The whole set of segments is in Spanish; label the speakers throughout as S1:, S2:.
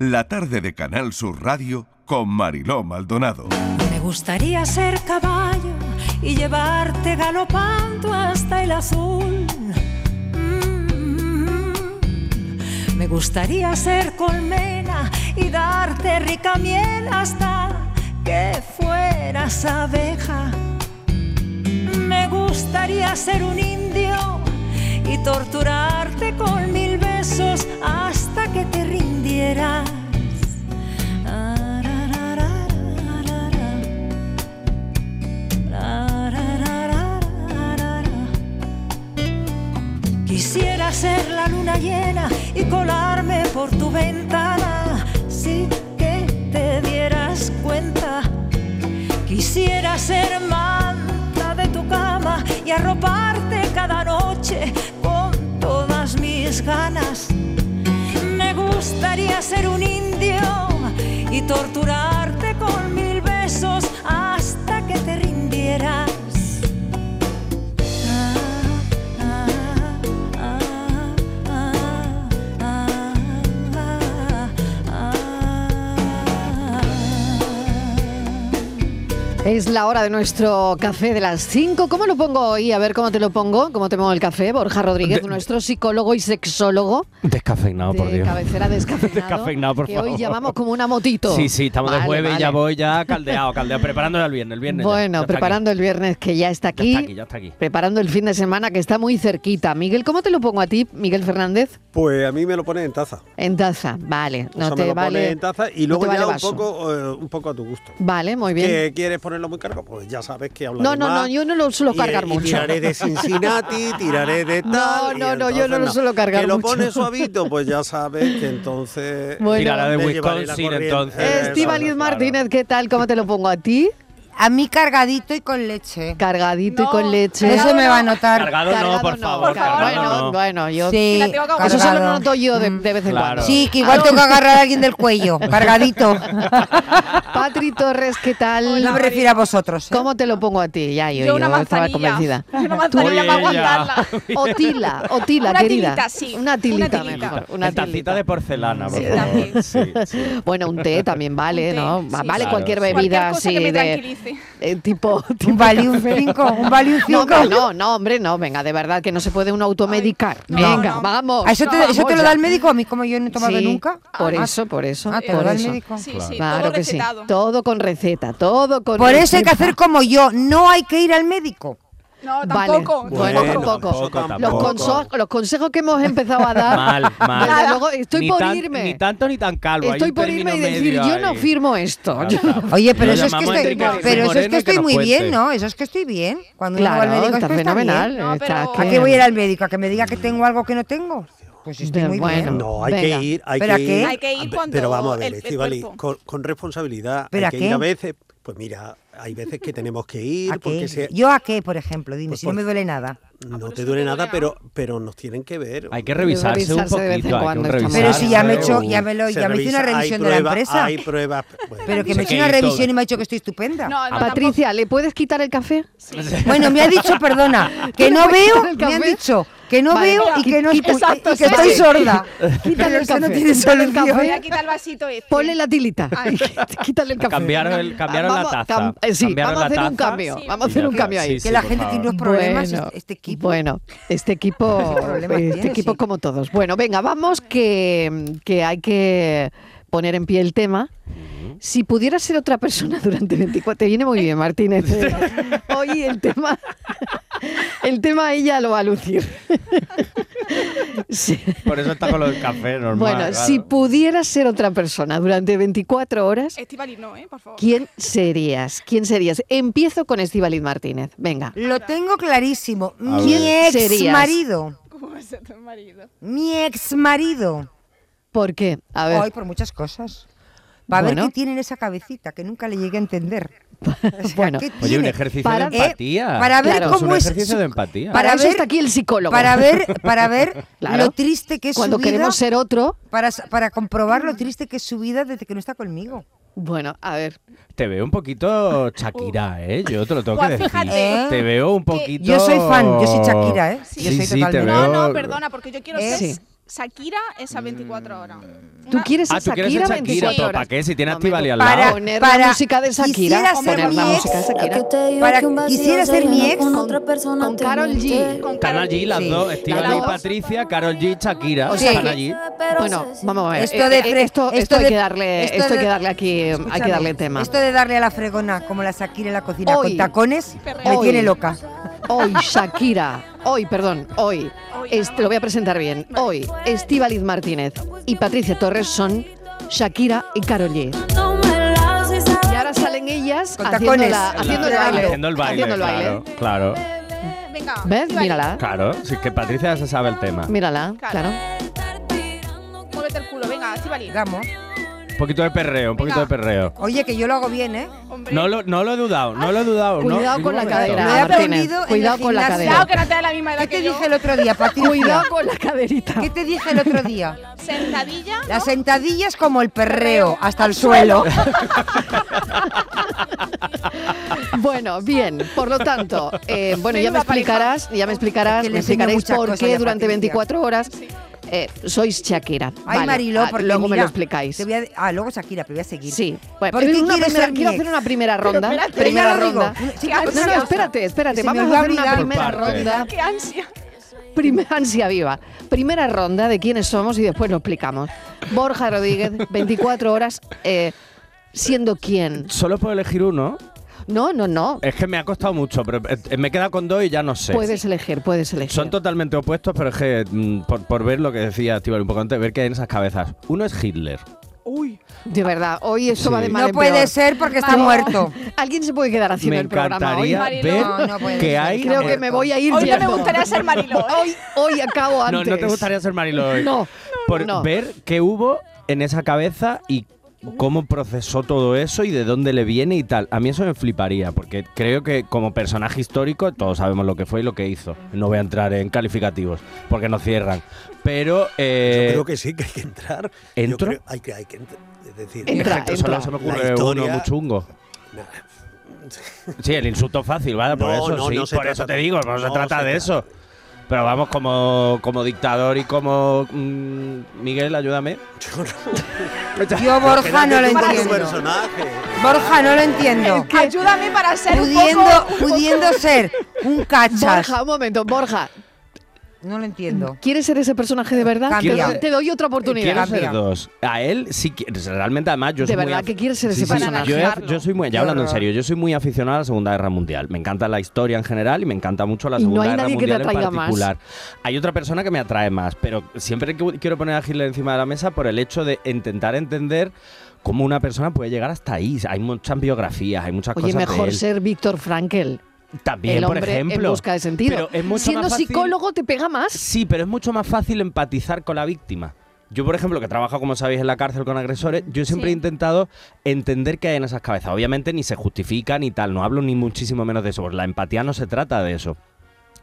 S1: La tarde de Canal Sur Radio con Mariló Maldonado.
S2: Me gustaría ser caballo y llevarte galopando hasta el azul. Mm, Me gustaría ser colmena y darte rica miel hasta que fueras abeja. Me gustaría ser un indio y torturarte con mil besos hasta que te rindieras. Ah, Arararararara. Arararararara. Quisiera ser la luna llena y colarme por tu ventana, si que te dieras cuenta. Quisiera ser manta de tu cama y arroparte cada noche con todas mis ganas. Me gustaría ser un indio y torturarte con mil besos hasta que te rindieras. Ah, ah, ah, ah, ah, ah, ah.
S3: Es la hora de nuestro café de las 5. ¿Cómo lo pongo hoy? A ver cómo te lo pongo, cómo te pongo el café. Borja Rodríguez,
S4: De-
S3: nuestro psicólogo y sexólogo
S4: Descafeinado, por
S3: de
S4: Dios.
S3: cabecera descafeinado.
S4: Descafeinado, por
S3: que
S4: favor.
S3: hoy llamamos como una motito.
S4: Sí, sí, estamos de
S3: Vale,
S4: jueves y ya
S3: vale.
S4: voy ya caldeado, caldeado, preparándole al viernes, el viernes. ya,
S3: Bueno,
S4: ya está
S3: preparando el viernes que ya está,
S4: aquí, Ya está
S3: aquí,
S4: aquí, ya está aquí.
S3: preparando el fin de semana que está muy cerquita. Miguel, ¿cómo te lo pongo a ti, Miguel Fernández?
S5: Pues a mí me lo pones en taza.
S3: En taza, vale.
S5: O
S3: No
S5: sea,
S3: te
S5: me lo
S3: vale.
S5: pones en taza y
S3: no
S5: luego
S3: te vale
S5: ya un
S3: vaso.
S5: poco, eh, un poco a tu gusto.
S3: Vale, muy bien.
S5: ¿Que quieres ponerlo muy cargado? Pues ya sabes que hablaré
S3: No, no,
S5: más
S3: no, yo no lo suelo
S5: y-
S3: cargar
S5: y
S3: mucho.
S5: tiraré de Cincinnati, tiraré de
S3: No,
S5: tal... y
S3: no, no, yo no
S5: entonces
S3: lo suelo cargar
S5: Que lo
S3: mucho.
S5: pones suavito, pues ya sabes que entonces...
S3: Bueno.
S4: Tirará de
S5: me llevaré la
S4: Wisconsin,
S5: corriente.
S4: entonces.
S5: Eh,
S3: Estivaliz
S4: Claro.
S3: Martínez, ¿qué tal? ¿Cómo te lo pongo a ti?
S6: A mí cargadito y con leche.
S3: Cargadito y con leche.
S6: Eso me va a notar.
S4: Cargado no,
S3: Cargado
S4: por favor. cargado
S3: bueno,
S4: no.
S3: bueno, yo.
S6: Sí, cargado.
S3: Eso solo lo noto yo de, de vez en
S4: Mm. Claro.
S3: cuando.
S6: Sí, que
S3: Ah,
S6: igual tengo que agarrar a alguien del cuello. Cargadito.
S3: Patri Torres, ¿qué tal?
S6: No me refiero a vosotros. ¿eh?
S3: ¿Cómo te lo pongo a ti? Ya, yo,
S7: Yo una
S3: yo estaba
S7: manzanilla.
S3: convencida.
S7: Una manzanilla
S4: Oye,
S7: para
S4: ya.
S7: aguantarla.
S3: Otila, Otila,
S7: Una
S3: querida.
S7: tilita, sí.
S3: Una tilita,
S7: Una tilita.
S3: mejor. Una
S4: Una tacita
S3: tilita.
S4: de porcelana, por
S7: Sí,
S4: favor.
S7: también.
S4: Sí, sí.
S3: Bueno, un té también vale,
S7: Un té,
S3: ¿no?
S7: sí,
S3: vale
S7: sí.
S3: cualquier
S4: Claro, sí.
S3: bebida
S7: Cualquier cosa que
S3: así
S7: me
S3: de
S7: tranquilice.
S3: eh, tipo,
S6: Un
S3: tipo
S6: valium 5, un valium 5.
S3: No, que no, no, hombre, no, venga, de verdad que no se puede uno automedicar.
S7: no,
S3: venga,
S7: no.
S3: vamos.
S6: ¿A Ah, eso, te, eso
S3: vamos
S6: te lo
S3: ya.
S6: da el médico a mí como yo no he tomado
S3: Sí,
S6: nunca?
S3: Por
S6: Ah,
S3: eso, por eso,
S6: Ah, te lo
S3: por
S6: da el
S3: eso.
S6: médico.
S7: Sí, sí,
S3: Claro
S7: todo
S3: que sí.
S7: recetado.
S3: Todo con receta, todo con
S6: Por eso hay que
S3: receta.
S6: hacer como yo. No hay que ir al médico.
S7: No,
S3: Vale.
S7: tampoco.
S3: Bueno,
S7: tampoco.
S3: tampoco.
S4: tampoco,
S3: Los,
S4: tampoco.
S3: consejos, los consejos que hemos empezado a dar.
S4: Mal, mal.
S3: desde luego, estoy
S4: Ni
S3: por
S4: tan-
S3: irme.
S4: Ni tanto ni tan calvo. hay
S3: estoy
S4: un
S3: por irme y
S4: término
S3: decir,
S4: medio
S3: yo no
S4: ahí.
S3: firmo esto.
S4: Ya está.
S6: Oye, pero
S4: Lo
S6: eso es que
S4: llamamos
S6: estoy,
S4: Enrique Jesús
S6: pero eso es
S4: Moreno
S6: que
S4: y
S6: estoy
S4: nos
S6: muy bien,
S4: cuente.
S6: ¿no? Eso es que estoy bien. Cuando uno va al
S3: Claro,
S6: médico
S3: está
S6: es que está bien.
S3: fenomenal.
S7: No,
S3: está
S7: pero-
S6: ¿A
S3: que-
S6: qué voy a ir al médico? ¿A que me diga que tengo algo que no tengo? Pues estoy
S3: De-
S6: muy
S3: bueno.
S6: bien.
S5: No, hay
S3: Venga.
S5: que ir, hay
S6: ¿Pero a
S5: que
S6: qué?
S5: ir.
S6: Hay
S7: que ir
S5: Ah, pe-
S7: cuando
S5: Pero vamos a ver,
S7: el- el
S5: Estivali,
S7: cuerpo.
S5: con, con responsabilidad.
S6: ¿Pero
S5: hay
S6: a
S5: que
S6: qué?
S5: ir a veces. Pues mira, hay veces que tenemos que ir
S6: ¿A
S5: porque
S6: qué?
S5: se-
S6: ¿Yo a qué, por ejemplo? Dime,
S5: Pues
S6: si no
S5: por-
S6: me duele nada.
S5: no te duele nada, Ah, pero, pero nos tienen que ver.
S4: Hay que revisarse un
S3: revisarse de vez en
S4: poquito. hay que
S3: cuando,
S4: revisar,
S3: está
S6: Pero si ya me he
S4: ¿no?
S6: hecho, ya me lo,
S5: Se
S6: ya me hice una
S5: revisa, hay
S6: revisión de la
S5: pruebas,
S6: empresa.
S5: Hay pruebas. bueno.
S6: Pero que me
S4: Sí,
S6: hice una
S4: y todo.
S6: revisión y me ha dicho que estoy estupenda.
S7: No, no,
S3: Patricia, ¿le puedes quitar el café?
S6: Bueno, me ha dicho, perdona, que
S3: ¿Tú le
S6: no
S3: puedes
S6: veo,
S3: quitar el
S6: me han
S3: café?
S6: dicho que no
S3: Vale,
S6: veo
S3: mira,
S6: y que no
S3: quita-
S6: escu-
S3: exacto,
S6: y que estoy
S3: sí.
S6: sorda.
S3: Quítale
S6: Pero
S3: el
S6: eso no
S3: café.
S6: tiene
S3: Quítale el
S6: solución.
S7: Voy
S3: café.
S7: a quitar el vasito este.
S3: Ponle la tilita.
S7: Ay.
S3: Quítale el café. Ah,
S4: Cambiaron el- cambiaron la
S3: Vamos,
S4: taza.
S3: cam- eh, sí,
S4: Cambiaron
S3: vamos a
S4: la
S3: hacer un
S4: taza.
S3: cambio.
S7: Sí.
S3: Vamos a
S4: Y
S3: hacer
S4: ya
S3: un
S4: está,
S3: cambio ahí.
S4: sí, sí,
S6: Que la
S4: por
S6: gente tiene
S4: favor.
S6: unos problemas, este- este equipo.
S3: Bueno, este equipo,
S6: ¿Qué problemas
S3: este
S6: tiene,
S3: equipo
S6: sí?
S3: como todos. Bueno, venga, vamos que, que hay que poner en pie el tema. Si pudiera ser otra persona durante 24, te viene muy bien, Martínez. Hoy el tema, el tema ella lo va a lucir. Sí.
S4: Por eso está con lo del café normal.
S3: Bueno,
S4: claro.
S3: si pudiera ser otra persona durante 24 horas,
S7: Estivali, no, ¿eh? Por favor.
S3: ¿quién serías? ¿Quién serías? Empiezo con Estivaliz Martínez. Venga.
S6: Lo tengo clarísimo.
S4: A
S6: Mi
S3: ver.
S6: ex marido.
S7: ¿Cómo es tu marido?
S6: Mi ex marido.
S3: ¿Por qué? A ver.
S6: Hoy por muchas cosas. Va a
S3: Bueno.
S6: ver qué tiene en esa cabecita que nunca le llegué a entender. O sea,
S3: bueno.
S6: ¿qué
S4: Oye, un
S6: tiene?
S4: ejercicio
S3: Para-
S4: de
S6: Eh,
S4: empatía.
S6: para ver
S3: Claro.
S4: es un
S6: cómo es
S4: ejercicio
S6: su-
S4: de empatía.
S3: Para,
S6: Para
S3: eso
S6: ver-
S3: está aquí el psicólogo.
S6: para ver, para ver
S3: Claro.
S6: lo triste que es
S3: Cuando
S6: su vida.
S3: queremos ser otro,
S6: para, s- para comprobar lo triste que es su vida desde que no está conmigo.
S3: bueno, a ver. Uh.
S4: Te veo un poquito Shakira, ¿eh? Yo te lo tengo que
S7: Pues
S6: ¿eh?
S4: decir.
S3: Eh.
S7: fíjate
S4: Te veo un
S7: que
S4: poquito...
S6: yo soy fan, yo soy Shakira, ¿eh? Yo
S4: sí,
S6: soy
S4: sí, te
S6: totalmente-
S4: veo...
S7: No, no, perdona, porque yo quiero
S6: Eh,
S7: ser
S3: Sí.
S7: Shakira
S6: Mm.
S7: es a 24 horas.
S3: ¿Tú
S7: Una-
S3: quieres a
S4: Ah, tú
S3: Shakira,
S4: quieres a Shakira,
S3: 24
S4: pero
S3: horas?
S4: ¿para qué? Si tiene
S3: No,
S4: a Estivali
S3: me-
S4: al
S3: para
S4: lado.
S3: poner
S6: Para-
S3: la música de Shakira,
S6: quisiera ser
S3: poner la
S6: mi ex.
S3: música de Shakira.
S6: Para-
S8: Para,
S6: quisiera ser mi ex.
S8: Con,
S6: Con-
S8: otra persona
S3: con
S8: te
S3: Karol G.
S8: miente.
S7: Con
S4: Están
S7: Karol
S4: allí
S7: G.
S4: las
S6: Sí.
S4: dos, Estivali
S3: Las
S4: y
S3: dos.
S4: Patricia, Carol G, Shakira.
S6: O sea,
S4: están
S6: que-
S4: allí.
S3: Ah,
S8: Pero
S3: Bueno,
S8: se-
S3: vamos a ver.
S6: Esto
S3: eh,
S6: de
S3: eh,
S6: fre-
S3: esto,
S6: esto
S3: esto hay
S6: de-
S3: que darle, esto,
S6: esto
S3: hay
S6: de-
S3: que darle aquí, eh, hay que
S6: Escúchame,
S3: darle tema.
S6: Esto de darle a la fregona como la Shakira en la cocina
S3: Hoy.
S6: con tacones me
S3: Hoy.
S6: tiene loca.
S3: Hoy Shakira, hoy, perdón, hoy,
S7: Hoy,
S3: este, lo voy a presentar bien. Hoy Estíbaliz Martínez y Patricia Torres son Shakira y Karol G.
S8: tómala si sabes
S3: Y ahora salen ellas
S6: Con
S3: haciendo,
S6: tacones.
S3: la- haciendo el
S6: Claro.
S3: baile.
S4: Haciendo el baile.
S3: haciendo el baile.
S4: Claro, claro.
S7: Venga.
S3: ¿Ves?
S7: Estivali,
S3: Mírala,
S4: Claro, si es que Patricia se sabe el tema.
S3: mírala, claro.
S7: Claro. Muévete el culo, venga, Estivali.
S6: Vamos.
S4: Un poquito de perreo, un poquito de
S7: Venga.
S4: perreo.
S6: Oye, que yo lo hago bien, ¿eh?
S7: Hombre.
S4: No lo, no lo he dudado, no lo he dudado. no,
S3: Cuidado
S4: en
S3: con la
S4: ningún momento.
S6: Lo he
S3: cadera, ¿eh? Martínez.
S6: aprendido en el
S3: Cuidado con la
S6: gimnasio.
S7: Cuidado que
S3: cadera.
S7: no te da la misma edad
S6: ¿Qué te
S7: que yo.
S6: dije el otro día, Patricia?
S3: Cuidado con la caderita.
S6: ¿Qué te dije el otro día?
S7: Sentadilla.
S6: La sentadilla es como el perreo, hasta el suelo.
S3: Bueno, bien, por lo tanto, eh, bueno, ya me
S7: Menuda paliza.
S3: explicarás, ya me explicarás,
S6: Que le
S3: me
S6: enseño
S3: explicaréis
S6: muchas
S3: por
S6: cosas
S3: qué
S6: ya,
S3: durante
S6: Patricia.
S3: 24 horas eh, sois Shakira.
S6: Ay,
S3: Vale,
S6: Mariló,
S3: ah,
S6: porque
S3: luego me
S6: mira,
S3: lo explicáis.
S6: te voy a- ah, luego Shakira, pero voy a seguir.
S3: Sí, bueno,
S6: ¿Por qué
S3: una
S6: quiero
S3: primera-
S6: ser mi
S3: quiero
S6: ex?
S3: hacer una primera ronda.
S7: espérate,
S6: Pero ya
S3: primera
S6: lo digo.
S3: ronda.
S6: Sí,
S7: No, no,
S3: No, no,
S7: ansiosa.
S3: espérate, espérate.
S6: Se me
S3: Vamos
S6: va
S3: a
S6: a
S3: hacer una
S6: olvidar.
S3: primera
S4: Por partes.
S3: ronda.
S7: ¡Qué ansia!
S3: Primera ansia viva. Primera ronda de quiénes somos y después lo explicamos. Borja Rodríguez, 24 horas, eh, siendo quién.
S4: Solo puedo elegir uno.
S3: No, no, no.
S4: Es que me ha costado mucho, pero eh, me he quedado con dos y ya no sé.
S3: Puedes elegir, puedes elegir.
S4: Son totalmente opuestos, pero es que mm, por, por ver lo que decía Tíbal un poco antes, ver qué hay en esas cabezas. Uno es Hitler.
S7: Uy.
S3: De verdad, hoy esto va de
S4: Sí.
S3: mal
S6: No
S3: en
S6: puede
S3: peor.
S6: ser porque está
S7: Vale.
S6: muerto.
S3: Alguien se puede quedar haciendo
S4: me
S3: el programa hoy.
S4: encantaría
S7: hoy.
S4: ver
S6: No, no puede
S4: qué
S6: ser,
S4: hay. eh,
S3: Creo que me voy a ir
S7: Hoy no me
S3: yendo.
S7: gustaría ser Mariló. ¿eh?
S3: Hoy, hoy acabo
S4: No,
S3: antes.
S4: no te gustaría ser Mariló hoy.
S3: No,
S4: Por
S3: no.
S4: ver qué hubo en esa cabeza y cómo procesó todo eso y de dónde le viene y tal. A mí eso me fliparía, porque creo que como personaje histórico todos sabemos lo que fue y lo que hizo. No voy a entrar en calificativos, porque nos cierran. Pero... eh,
S5: Yo creo que sí, que hay que entrar. Yo
S4: ¿entro?
S5: creo- hay, que, hay que entrar. Es decir,
S3: Entra,
S4: Exacto,
S3: entra.
S4: solo se me ocurre
S5: La historia-
S4: uno muy chungo.
S5: Nah.
S4: Sí, el insulto fácil, ¿vale? Por
S5: No,
S4: eso,
S5: no,
S4: sí,
S5: no se
S4: por
S5: trata
S4: eso te
S5: de-
S4: digo, no, se
S5: no
S4: trata
S5: se
S4: de
S5: trata.
S4: eso. Pero vamos, como, como dictador y como... mm, Miguel, ayúdame.
S6: Yo Borja no lo
S5: Quédate tú con tu
S6: entiendo.
S5: personaje.
S6: Borja no lo entiendo.
S7: Ayúdame para ser un
S6: Pudiendo,
S7: poco...
S6: pudiendo ser un cachas.
S3: Borja, un momento, Borja.
S6: No lo entiendo.
S3: ¿Quieres ser ese personaje de verdad?
S6: Cambia.
S3: Te doy- Te doy otra
S4: Quiero
S3: oportunidad.
S4: ser
S6: Cambia.
S4: dos. A él sí que- realmente además yo
S3: De
S4: soy muy
S3: verdad
S4: af-
S3: que quieres ser
S4: Sí,
S3: ese
S4: sí,
S3: personaje.
S4: Yo, he-
S7: Analizarlo.
S4: yo soy muy,
S6: Qué
S4: ya hablando en
S6: horror.
S4: serio, yo soy muy aficionado a la Segunda Guerra Mundial. Me encanta la historia en general y me encanta mucho la
S3: Y no
S4: Segunda
S3: hay
S4: Guerra
S3: nadie que te
S4: Mundial en
S3: atraiga más.
S4: particular. Hay otra persona que me atrae más, pero siempre que quiero poner a Hitler encima de la mesa por el hecho de intentar entender cómo una persona puede llegar hasta ahí. Hay muchas biografías, hay muchas
S3: Oye,
S4: cosas de
S3: mejor
S4: él.
S3: ser Víctor Frankel,
S4: También,
S3: el
S4: por
S3: hombre en
S4: ejemplo.
S3: busca de sentido.
S4: Pero es mucho
S3: Siendo
S4: más fácil-
S3: psicólogo te pega más.
S4: Sí, pero es mucho más fácil empatizar con la víctima. Yo, por ejemplo, que trabajo, como sabéis, en la cárcel con agresores, yo siempre he intentado entender qué hay en esas cabezas. Obviamente ni se justifica ni tal, no hablo ni muchísimo menos de eso. porque La empatía no se trata de eso,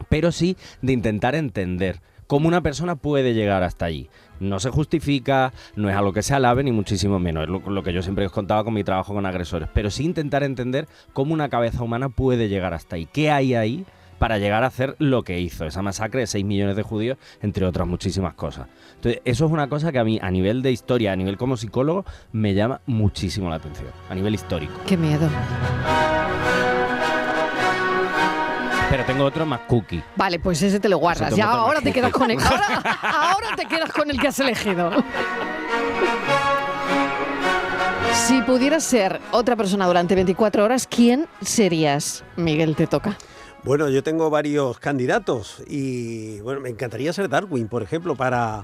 S4: pero sí de intentar entender cómo una persona puede llegar hasta allí. No se justifica, no es algo que se alabe, ni muchísimo menos. Es lo, lo que yo siempre os contaba con mi trabajo con agresores. Pero sí intentar entender cómo una cabeza humana puede llegar hasta ahí. ¿Qué hay ahí para llegar a hacer lo que hizo? Esa masacre de 6 millones de judíos, entre otras muchísimas cosas. Entonces, eso es una cosa que a mí, a nivel de historia, a nivel como psicólogo, me llama muchísimo la atención. A nivel histórico.
S3: Qué miedo.
S4: Pero tengo otro más cookie.
S3: Vale, pues ese te lo guardas.
S4: Ese
S3: Ya
S4: tengo otro
S3: ahora
S4: más
S3: te quedas con
S4: cookie.
S3: el. Ahora, ahora te quedas con el que has elegido. Si pudieras ser otra persona durante 24 horas, ¿quién serías? Miguel, te toca.
S5: Bueno, yo tengo varios candidatos y bueno, me encantaría ser Darwin, por ejemplo, para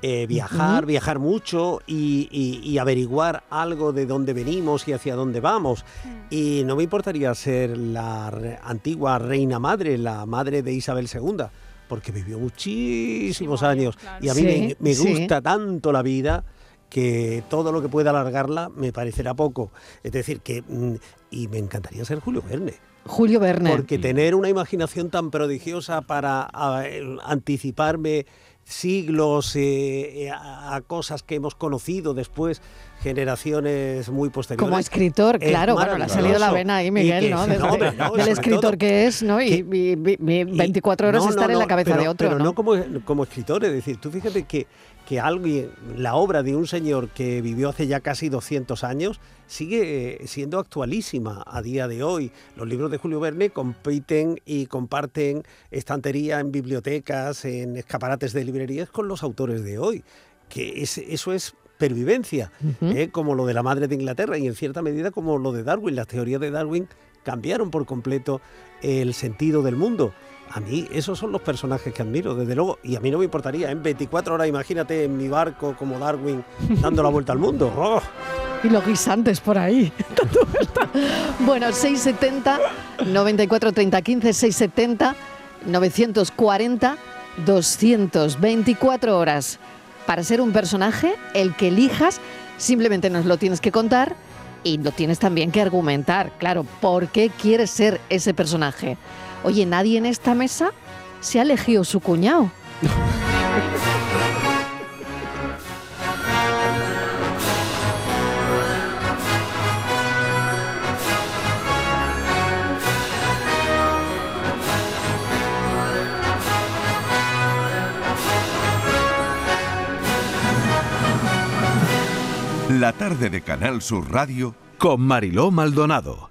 S5: eh, viajar, viajar mucho y, y- y averiguar algo de dónde venimos y hacia dónde vamos. Y no me importaría ser la re- antigua reina madre, la madre de Isabel II, porque vivió muchísimos años
S7: claro.
S5: y a mí
S3: Sí,
S5: me, me
S3: sí.
S5: gusta tanto la vida que todo lo que pueda alargarla me parecerá poco. Es decir, que... mm, Y me encantaría ser Julio Verne.
S3: Julio Verne.
S5: Porque tener una imaginación tan prodigiosa para a, eh, anticiparme siglos eh, eh, a, a cosas que hemos conocido después generaciones muy posteriores.
S3: Como escritor,
S5: es
S3: claro, bueno, le ha salido la
S5: maravilloso.
S3: vena ahí,
S5: Y
S3: Miguel,
S5: que- no,
S3: ¿no? Desde-
S5: hombre, no,
S3: del
S5: sobre
S3: escritor
S5: todo
S3: que es, ¿no? Y, y- y- y
S5: Y-
S3: 24 horas
S5: no, no,
S3: estar en
S5: no,
S3: la cabeza
S5: pero-
S3: de otro,
S5: pero
S3: ¿no?
S5: no como, como escritor, es decir, tú fíjate que, que alguien, la obra de un señor que vivió hace ya casi 200 años sigue eh, siendo actualísima a día de hoy. Los libros de Julio Verne compiten y comparten estantería en bibliotecas, en escaparates de librerías con los autores de hoy, que es- eso es pervivencia, ¿eh? como lo de la madre de Inglaterra y en cierta medida como lo de Darwin. Las teorías de Darwin cambiaron por completo el sentido del mundo. A mí esos son los personajes que admiro, desde luego, y a mí no me importaría, ¿eh? en 24 horas imagínate en mi barco como Darwin dando la vuelta al mundo. ¡Oh!
S3: Y los guisantes por ahí. dando vuelta. bueno, 670 94 30 15 670 940 224 horas para ser un personaje el que elijas, simplemente nos lo tienes que contar y lo tienes también que argumentar, claro, por qué quieres ser ese personaje. Oye, nadie en esta mesa se ha elegido su cuñado.
S1: La tarde de Canal Sur Radio
S9: Con Mariló Maldonado.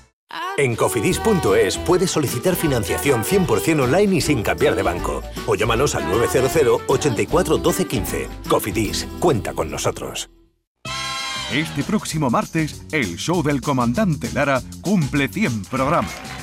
S10: En cofidis.es puedes solicitar financiación 100% online y sin cambiar de banco. O llámanos al 900 84 12 15. Cofidis, cuenta con nosotros.
S1: Este próximo martes, el show del comandante Lara cumple 100 programas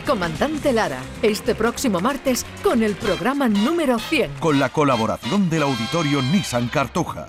S11: comandante Lara, este próximo martes con el programa número 100.
S1: Con la colaboración del auditorio Nissan Cartuja.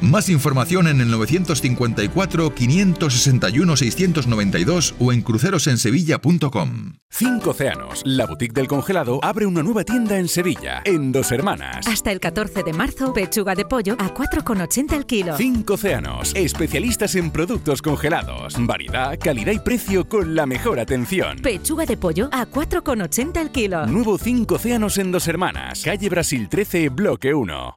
S9: Más información en el 954 561 692 o en crucerosensevilla.com.
S12: Cinco Océanos, la boutique del congelado, abre una nueva tienda en Sevilla, en Dos Hermanas.
S8: Hasta el 14 de marzo, pechuga de pollo a 4,80 el kilo.
S12: Cinco Océanos, especialistas en productos congelados. Variedad, calidad y precio con la mejor atención.
S8: Pechuga de pollo a 4,80 el kilo.
S12: Nuevo Cinco Océanos en Dos Hermanas, calle Brasil 13, bloque 1.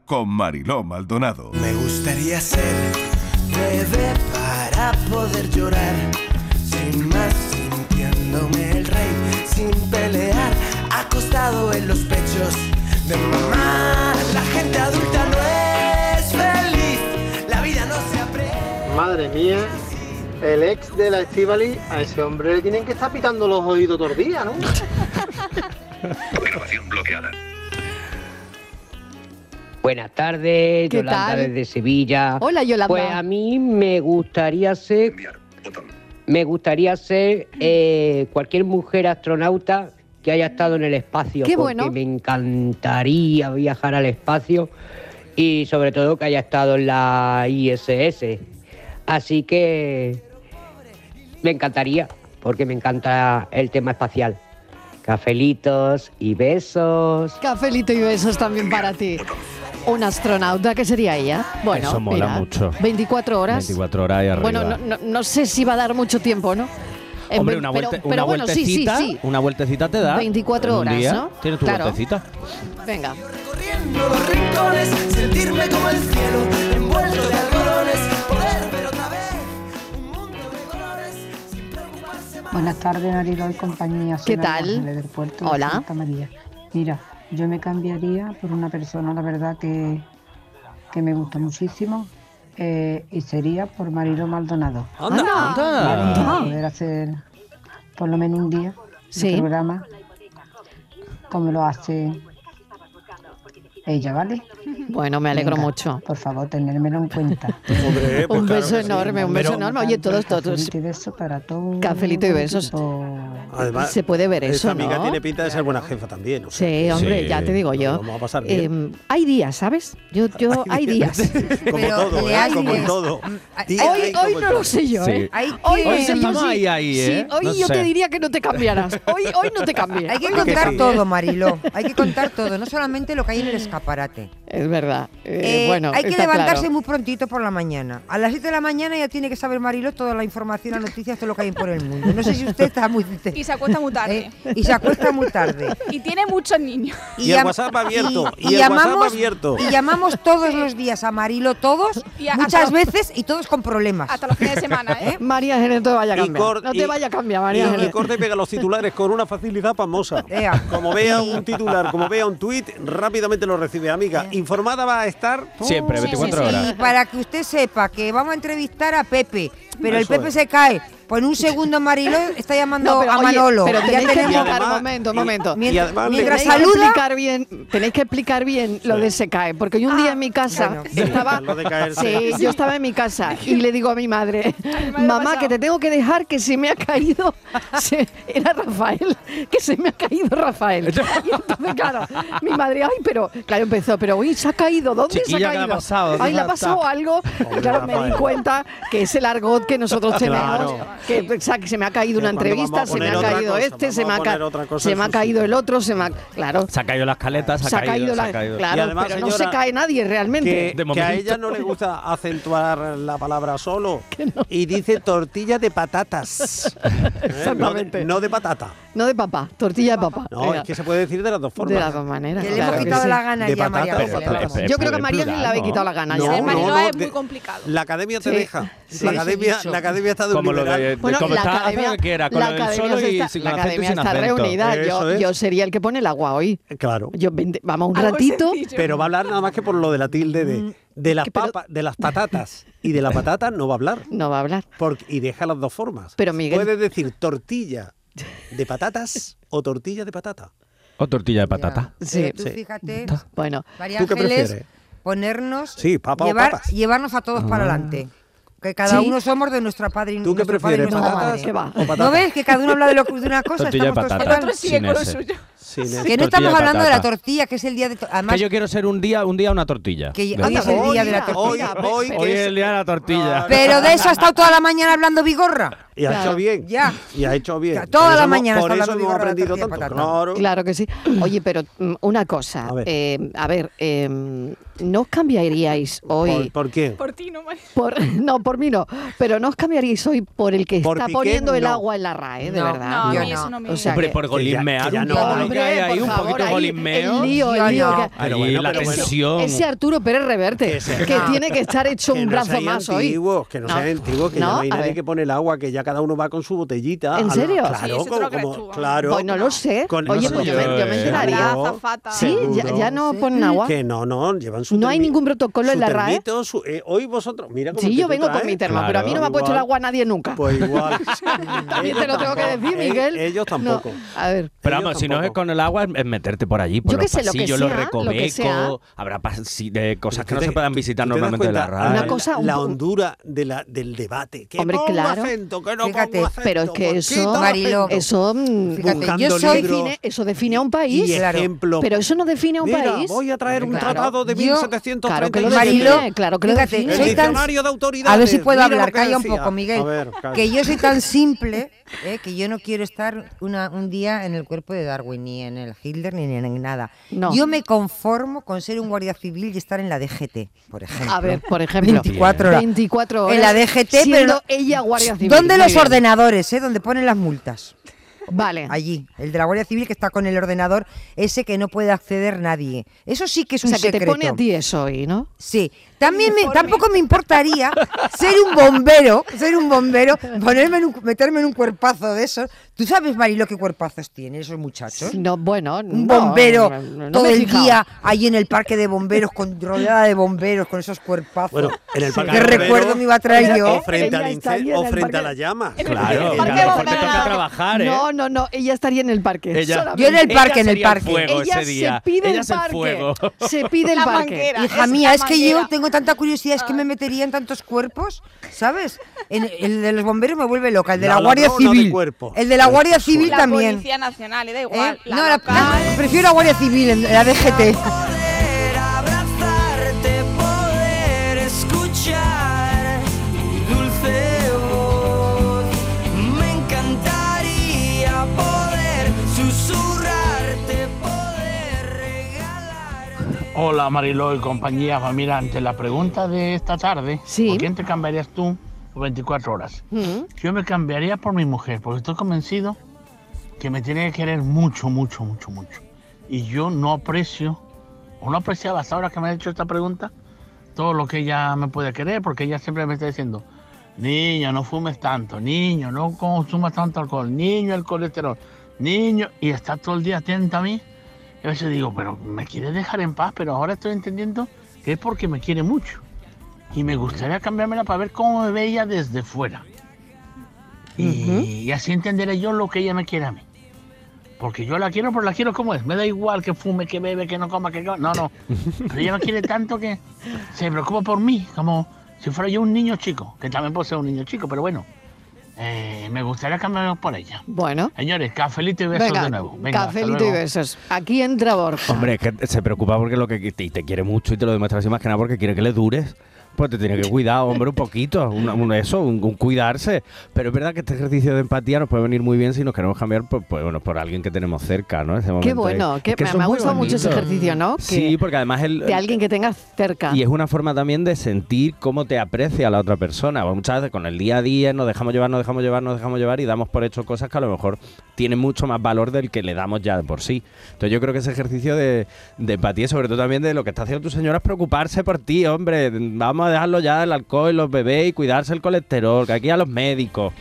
S1: con Mariló Maldonado. Me
S13: gustaría ser bebé para poder llorar. Sin más, sintiéndome el rey, sin pelear, acostado en los pechos de mamá. La gente adulta no es feliz, la vida no se aprecia.
S14: Madre mía, el ex de la Estivali, a ese hombre le tienen que estar pitando los oídos todo el día, ¿no?
S15: Grabación bloqueada. Buenas tardes,
S3: ¿Qué
S15: Yolanda
S3: tal?
S15: desde Sevilla.
S3: Hola, Yolanda.
S15: Pues a mí me gustaría ser. Me gustaría ser eh, cualquier mujer astronauta que haya estado en el espacio.
S3: Qué
S15: porque
S3: bueno.
S15: me encantaría viajar al espacio y sobre todo que haya estado en la ISS. Así que me encantaría, porque me encanta el tema espacial. Cafelitos y besos.
S3: Cafelito y besos también para ti. Un astronauta, ¿qué sería ella? Bueno,
S4: Eso mola
S3: mira,
S4: mucho.
S3: 24 horas.
S4: 24 horas y arriba.
S3: Bueno, no, no- no sé si va a dar mucho tiempo, ¿no? En
S4: Hombre,
S3: ve-
S4: una,
S3: pero-
S4: vuelte-
S3: pero
S4: una
S3: bueno, sí, sí,
S4: vueltecita,
S3: sí.
S4: una vueltecita te da.
S3: 24
S4: en un
S3: horas,
S4: día.
S3: ¿no?
S4: Tienes tu
S3: Claro.
S4: vueltecita.
S3: Venga.
S13: Los rincones, sentirme como el cielo, envuelto de algodones, poder ver otra vez.
S16: Buenas tardes, Mariló y compañía.
S3: ¿Qué
S16: Ana
S3: tal?
S16: Rosa, del aeropuerto de
S3: Hola.
S16: Santa María. Mira, yo me cambiaría por una persona, la verdad, que, que me gusta muchísimo. eh, y sería por Marilo Maldonado.
S17: Anda, Anda. anda.
S16: Para poder hacer por lo menos un día
S17: Sí.
S16: el programa como lo hace ella, ¿vale?
S3: Bueno, me alegro
S16: Venga,
S3: mucho.
S16: Por favor, tenérmelo en cuenta.
S3: Hombre, pues Un claro beso que sí. enorme, un beso Pero- enorme. Oye, todos, todos.
S16: Cafelito y beso para todos.
S3: Cafelito y besos.
S5: Además,
S3: Se puede ver
S5: esa
S3: eso,
S5: amiga
S3: ¿no?
S5: tiene pinta de ser buena jefa también. o sea
S3: Sí,
S5: que-
S3: hombre, ya te digo yo.
S5: Lo vamos a pasar bien.
S3: Eh, hay días, ¿sabes? Yo, yo hay días.
S5: como
S6: pero
S5: todo,
S6: le
S5: ¿eh?
S6: hay
S5: Como
S6: días.
S5: todo.
S3: Hoy,
S5: Día hay
S3: hoy
S5: como
S3: no
S5: todo.
S3: lo sé yo,
S4: Sí.
S3: ¿eh?
S4: Hay
S3: hoy
S4: que- Hoy
S3: sí,
S4: estamos
S3: sí.
S4: ahí, ahí,
S3: Sí,
S4: ¿eh?
S3: hoy
S4: No
S3: yo
S4: sé.
S3: te diría que no te cambiaras. Hoy, hoy no te cambiaras.
S6: Hay que
S3: Hoy no te
S6: contar
S3: cambiaras.
S6: todo, Mariló. Hay que contar todo, no solamente lo que hay en el escaparate.
S3: Es verdad. Eh,
S6: Eh,
S3: bueno,
S6: hay que
S3: está
S6: levantarse
S3: claro.
S6: muy prontito por la mañana. A las 7 de la mañana ya tiene que saber Mariló toda la información, las noticias, todo lo que hay por el mundo. No sé si usted está muy... Eh,
S7: Y se acuesta muy tarde.
S6: y se acuesta muy tarde.
S7: Y tiene muchos niños.
S5: Y el
S6: llam-
S5: WhatsApp abierto, y el WhatsApp abierto.
S6: Y llamamos todos los días a Marilo, todos,
S7: Y a-
S6: muchas
S7: hasta-
S6: veces y todos con problemas. Hasta
S7: los fines de semana, ¿eh?
S3: María Ángeles, no te vaya a
S5: Y
S3: cambiar.
S5: cor-
S3: no
S5: y-
S3: te vaya a cambiar,
S5: Y
S3: María
S5: el
S3: Ángeles.
S5: corte pega los titulares con una facilidad famosa.
S6: Ea.
S5: Como vea un titular, como vea un tuit, rápidamente lo recibe. Amiga, informada va a estar.
S4: Siempre,
S5: Sí,
S4: 24
S5: sí, sí.
S4: horas.
S6: Y para que usted sepa que vamos a entrevistar a Pepe, pero el
S5: Eso
S6: Pepe
S5: es.
S6: se cae. Pues en un segundo Mariló está llamando
S3: No, pero,
S6: a
S3: oye,
S6: Manolo.
S3: pero
S6: Ya
S3: tenéis que
S6: tenemos-
S3: explicar, un momento, un momento.
S6: Mientras-
S5: le-
S6: mientras
S3: Tenéis que
S6: saluda-
S3: explicar bien, tenéis que explicar bien lo de se cae, porque yo un día en
S6: Ah,
S3: mi casa estaba,
S5: lo de caerse.
S3: sí, yo estaba en mi casa y le digo a mi madre, mamá, que te tengo que dejar que se me ha caído, se- era Rafael, que se me ha caído Rafael. Y entonces, claro, mi madre, ay, pero, claro, empezó, pero, uy, se ha caído, ¿dónde
S4: Chiquilla,
S3: se
S4: ¿qué
S3: ha
S4: le ha
S3: caído?
S4: pasado?
S3: Ay, le ha
S4: Está-
S3: pasado algo. Y claro, me di
S4: Rafael.
S3: cuenta que es el argot que nosotros tenemos,
S5: Claro.
S3: que, o sea, que se me ha caído una
S5: Que cuando
S3: entrevista,
S5: vamos a
S3: se me ha
S5: poner otra
S3: caído
S5: cosa,
S3: este, se
S5: vamos
S3: me
S5: a
S3: ha, ca-
S5: poner otra cosa
S3: se
S5: en
S3: me ha
S5: su
S3: caído el otro, se me ha... Claro,
S4: Se ha caído las caletas, se,
S3: se ha caído
S4: se
S3: la...
S4: ha caído.
S3: Claro,
S5: además,
S3: pero no se
S5: señora,
S3: cae nadie realmente.
S5: Que, que a ella no le gusta acentuar la palabra solo. Y dice tortilla de patatas. ¿Eh? No, de, no de patata.
S3: No de papá, tortilla de papá.
S5: No, es que se puede decir de las dos formas.
S3: De las dos maneras,
S5: Que
S3: Que le hemos claro que quitado sí. la gana
S5: de
S3: ya a María
S5: patata,
S3: Ángeles,
S5: patata.
S3: vamos. Yo creo que a María Ángeles le habéis quitado la gana ya.
S5: No,
S3: Además,
S5: no,
S3: no,
S5: no,
S3: es muy
S5: de-
S7: complicado.
S5: La academia te
S3: Sí.
S5: deja.
S3: Sí,
S5: la,
S3: sí,
S5: academia,
S3: sí.
S5: la academia está de un
S4: Como lo de-
S5: liberal.
S4: de- Bueno, como
S3: la
S4: está, haz lo
S3: academia,
S4: que quiera, con
S3: la
S4: lo del
S3: academia
S4: solo y
S3: está,
S4: sin
S3: la
S4: acento y
S3: academia
S4: sin
S3: está
S4: acento.
S3: reunida.
S5: Eso
S3: Yo,
S5: es.
S3: yo sería el que pone el agua hoy.
S5: Claro.
S3: Yo vente- vamos un ratito. Mm.
S5: Pero va a hablar nada más que por lo de la tilde de, de, las, papas, de las patatas. Y de la patata no va a hablar.
S3: No va a hablar.
S5: Porque, y deja las dos formas.
S3: Pero, Miguel-
S5: Puedes decir tortilla de patatas o tortilla de patata.
S4: O tortilla de patata.
S6: Pero tú fíjate,
S3: Bueno,
S6: María
S5: ¿Tú qué
S6: Ángeles,
S5: prefieres?
S6: ponernos,
S5: Sí, papa o
S6: llevar-
S5: papas.
S6: llevarnos a todos para
S5: Ah.
S6: adelante. Que cada
S5: Sí.
S6: uno somos de nuestra padre y
S5: ¿Tú qué
S6: nuestro padre y
S5: prefieres,
S6: nuestra
S5: patatas
S6: madre.
S5: o patatas?
S6: ¿No ves que cada uno habla de, lo, de una cosa?
S4: Tortilla de
S6: estamos todos
S4: patata,
S6: hablando?
S4: sin ese.
S6: Que no
S4: Tortilla
S6: estamos
S4: de
S6: hablando de la
S4: patata.
S6: tortilla, que es el día de... to- Además,
S4: Que yo quiero ser un día, un día una tortilla.
S6: Que
S4: Ya
S6: hoy
S4: está.
S6: es el día de la tortilla.
S4: Hoy es el día de la tortilla.
S6: Pero de eso ha estado toda la mañana hablando Vigorra.
S5: Y ha hecho bien.
S6: Ya.
S5: Y ha hecho bien.
S6: Toda
S5: Por
S6: la
S5: eso hemos-
S6: mañana
S5: Por
S6: está hablando
S5: eso hemos
S6: Vigorra de la
S5: aprendido
S6: tortilla de
S5: tanto.
S6: patata.
S5: Claro.
S3: Claro que sí. Oye, pero mm, una cosa.
S5: A ver.
S3: eh, a ver, eh, ¿no os cambiaríais hoy?
S5: ¿Por, por qué?
S3: Por ti, no, No, por mí no. Pero no os cambiaríais hoy por el que
S5: Por
S3: está
S5: Piqué,
S3: poniendo el
S5: no.
S3: agua en la RAE, de
S5: No,
S3: verdad.
S5: no,
S3: Yo
S5: a mí eso no me
S3: O sea
S4: Hombre,
S3: que-
S4: por golismear.
S5: que ya
S4: un
S5: no
S4: poco,
S5: vale.
S4: que hay ahí un
S3: favor,
S4: poquito de
S3: ahí
S4: golismeo.
S3: el lío, el
S4: Yo
S3: lío
S4: no.
S3: que-
S4: Pero bueno, la
S3: Ese-
S4: tensión.
S3: Ese Arturo Pérez Reverte,
S5: se-
S3: que
S5: no.
S3: tiene que estar hecho
S5: Que
S3: un
S5: no
S3: brazo
S5: sean
S3: más hoy.
S5: antiguos, que no, sean antiguos, que ya
S3: No,
S5: no hay
S3: a
S5: nadie
S3: ver.
S5: que pone el agua, que ya cada uno va con su botellita.
S3: ¿En
S5: a la-
S3: serio? Sí,
S5: Claro,
S3: eso te
S5: como-
S3: lo crees
S5: como-
S3: tú, vamos.
S5: claro.
S3: Pues no lo sé.
S5: Con-
S3: Oye,
S5: no
S3: pues
S5: sé
S3: yo me- yo me
S5: eh.
S3: enteraría.
S5: Seguro,
S3: La azafata. Sí, ya-
S5: seguro.
S3: ya no ponen agua.
S13: eh,
S5: Que no, no, llevan su
S3: No hay
S5: termi-
S3: ningún protocolo
S5: su
S3: en la RAE.
S5: termito, su- eh, hoy vosotros, mira cómo
S3: Sí,
S5: que
S3: yo
S5: tú
S3: vengo con
S5: traes.
S3: mi termo, pero a mí no me ha puesto el
S5: Igual.
S3: agua nadie nunca.
S5: Pues igual.
S3: También te lo
S5: Ellos
S3: tengo que
S5: tampoco.
S3: decir, Miguel.
S5: Eh, Ellos
S3: No,
S5: tampoco.
S3: a ver.
S4: Pero vamos, si no es con el agua, es meterte por allí, por
S3: Yo
S4: los
S3: que sé, lo que
S4: pasillos, los
S3: sea, lo que sea.
S4: recovecos. Habrá pasi- de cosas que no
S5: te-
S4: se puedan visitar
S5: ¿Tú te das
S4: normalmente de la
S5: cuenta?
S4: radio.
S5: La- la hondura de la- del debate. Que
S3: Hombre,
S5: pongo
S3: claro.
S5: acento, que no
S6: Fíjate,
S5: pongo acento,
S3: Pero es que eso,
S5: quita
S6: Mariló,
S5: acento.
S3: eso, mm,
S5: Fíjate, Buscando
S3: yo soy-
S5: libros
S3: define- eso define a un país.
S5: y ejemplo.
S3: Pero eso no define a un
S5: Mira,
S3: país.
S5: voy a traer un
S3: Claro.
S5: tratado de
S3: Yo- Claro que lo
S5: 1737.
S3: define, claro que lo
S6: Fíjate,
S3: define.
S6: soy tan-
S5: diccionario de autoridades,
S6: A ver si puedo
S5: mira
S6: hablar,
S5: lo que
S6: calla un
S5: decía.
S6: poco, Miguel.
S5: A ver, calla.
S6: que yo soy tan simple eh, que yo no quiero estar una- un día en el cuerpo de Darwin, ni en el Hitler, ni en, en nada.
S3: No.
S6: Yo me conformo con ser un guardia civil y estar en la DGT, por ejemplo.
S3: A ver, por ejemplo.
S6: 24 horas.
S3: 24 horas.
S6: En la DGT,
S3: siendo
S6: pero.
S3: ella guardia civil.
S6: ¿Dónde
S3: Muy
S6: los
S3: bien.
S6: ordenadores, eh? Donde ponen las multas.
S3: Vale.
S6: Allí, el de la Guardia Civil que está con el ordenador ese que no puede acceder nadie. Eso sí que es
S3: O
S6: un
S3: sea, que te
S6: secreto.
S3: pone a ti eso hoy, ¿no?
S6: Sí, también me- tampoco me importaría ser un bombero, ser un bombero, ponerme en un- meterme en un cuerpazo de esos. ¿Tú sabes, Marilo, qué cuerpazos tienen esos muchachos?
S3: No, bueno,
S6: un
S3: no,
S6: bombero
S3: no, no, no
S6: todo
S3: me he
S6: el
S3: fijado.
S6: día ahí en el parque de bomberos, con, rodeada de bomberos, con esos cuerpazos.
S5: Bueno, en el parque
S6: ¿Qué
S5: de bomberos,
S6: recuerdo me iba a traer yo?
S5: O frente al
S3: Ella está ahí
S5: incendio,
S3: en
S5: o
S3: el
S5: frente
S3: parque-
S5: a la llama.
S3: en el
S4: Claro,
S5: Eh,
S3: parque
S4: claro,
S3: de
S4: porque
S3: bomberos.
S4: toca trabajar, ¿eh?
S3: No, no, no, ella estaría en el parque.
S4: Ella-
S3: solamente.
S6: Yo en el parque, en el
S4: sería
S6: parque.
S4: fuego
S3: Ella
S4: ese día.
S3: se pide
S4: Ella
S3: el
S4: es el
S3: parque.
S4: fuego.
S3: Se pide el
S7: La
S3: parque.
S7: manguera.
S6: Hija
S7: Es
S6: mía,
S7: la
S6: es que yo
S7: manguera.
S6: tengo tanta curiosidad, es que me metería en tantos cuerpos, ¿sabes? En- el de los bomberos me vuelve loca, el de la,
S5: La
S6: Guardia
S5: ladrona de
S6: Civil.
S5: cuerpo.
S6: El de la Guardia Civil
S7: La
S6: también.
S7: Policía Nacional, y da
S6: ¿eh?
S7: igual.
S6: no, la-
S7: local.
S6: prefiero la Guardia Civil, en- la DGT.
S13: abrazarte, poder escuchar tu dulce voz. Me encantaría poder susurrarte, poder
S18: Hola Mariló y compañía. Pues Mira, ante la pregunta de esta tarde, ¿por quién te cambiarías tú por 24 horas? Yo me cambiaría por mi mujer, porque estoy convencido que me tiene que querer mucho, mucho, mucho, mucho. Y yo no aprecio, o no apreciaba hasta ahora que me ha hecho esta pregunta, todo lo que ella me puede querer, porque ella siempre me está diciendo, niño, no fumes tanto, niño, no consumas tanto alcohol, niño, el colesterol, niño, y está todo el día atenta a mí. Y a veces digo, pero me quiere dejar en paz, pero ahora estoy entendiendo que es porque me quiere mucho. Y me gustaría cambiármela para ver cómo me veía desde fuera. Y, y así entenderé yo lo que ella me quiere a mí. Porque yo la quiero, pero la quiero como es. Me da igual que fume, que bebe, que no coma, que no. No, no. Pero ella me quiere tanto que se preocupa por mí, como si fuera yo un niño chico, que también posee un niño chico, pero bueno. Eh, me gustaría cambiarme por ella.
S3: Bueno.
S18: Señores, cafelito y besos
S3: Venga,
S18: de nuevo. Venga, hasta
S3: cafelito y
S18: luego.
S3: besos. Aquí entra Borja.
S4: Hombre, es que se preocupa porque lo que y te, y te quiere mucho y te lo demuestra así más que nada porque quiere que le dures. Pues te tiene que cuidar, hombre, un poquito, un, un- eso, un, un cuidarse. Pero es verdad que este ejercicio de empatía nos puede venir muy bien si nos queremos cambiar por, pues, bueno, por alguien que tenemos cerca, ¿no? Ese
S3: Qué
S4: momento ahí.
S3: bueno, que
S4: Es que
S3: me,
S4: eso
S3: me
S4: es
S3: ha
S4: muy
S3: gustado mucho ese
S4: bonito.
S3: ejercicio, ¿no? Que-
S4: Sí, porque además el,
S3: de alguien que tengas cerca.
S4: Y es una forma también de sentir cómo te aprecia la otra persona. Bueno, Muchas veces con el día a día nos dejamos llevar, nos dejamos llevar, nos dejamos llevar y damos por hecho cosas que a lo mejor tienen mucho más valor del que le damos ya de por sí. Entonces yo creo que ese ejercicio de, de empatía, sobre todo también de lo que está haciendo tu señora, es preocuparse por ti, hombre. Vamos a dejarlo ya el alcohol, los bebés y cuidarse el colesterol, que aquí a los médicos.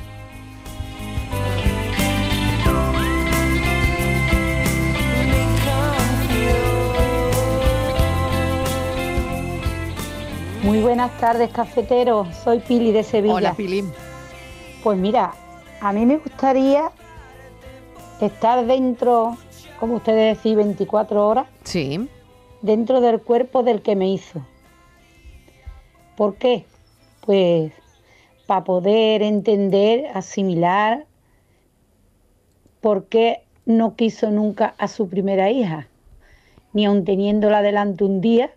S8: Muy buenas tardes, cafeteros. Soy Pili de Sevilla.
S3: Hola, Pili.
S8: Pues mira, a mí me gustaría estar dentro, como ustedes decís, 24 horas.
S3: Sí.
S8: Dentro del cuerpo del que me hizo. ¿Por qué? Pues para poder entender, asimilar por qué no quiso nunca a su primera hija, ni aun teniéndola delante un día,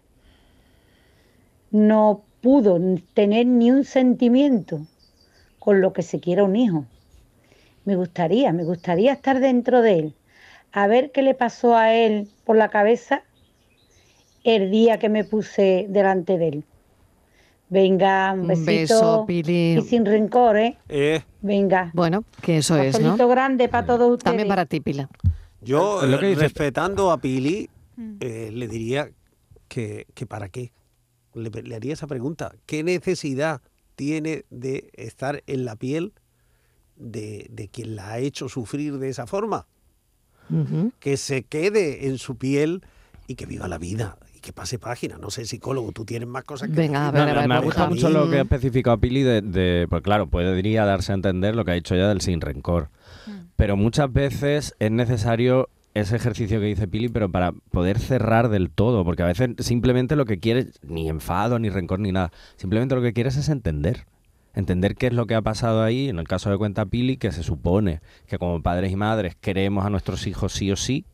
S8: no pudo tener ni un sentimiento con lo que se quiera un hijo. Me gustaría, me gustaría estar dentro de él, a ver qué le pasó a él por la cabeza el día que me puse delante de él. Venga, un
S3: Un
S8: besito
S3: beso, Pili.
S8: y sin rencor, ¿eh? Venga.
S3: Bueno, que eso es, Pues, ¿no?
S8: Cafelito grande para todos ustedes.
S3: También para ti, Pila.
S5: Yo,
S4: Es lo que
S5: eh,
S4: dices.
S5: respetando a Pili,
S3: Mm.
S5: eh, le diría que, que para qué. Le, le haría esa pregunta. ¿Qué necesidad tiene de estar en la piel de, de quien la ha hecho sufrir de esa forma? Que se quede en su piel y que viva la vida y que pase página. No sé, psicólogo, tú tienes más cosas que
S3: Venga, a
S5: decir.
S3: ver, a ver,
S4: me
S3: por
S4: gusta
S3: favor.
S4: mucho lo que ha especificado Pili de, de- pues claro, podría darse a entender lo que ha dicho ya del sin rencor. Pero muchas veces es necesario ese ejercicio que dice Pili, pero para poder cerrar del todo, porque a veces simplemente lo que quieres, ni enfado, ni rencor, ni nada, simplemente lo que quieres es entender. Entender qué es lo que ha pasado ahí, en el caso de cuenta Pili, que se supone que como padres y madres queremos a nuestros hijos sí o sí,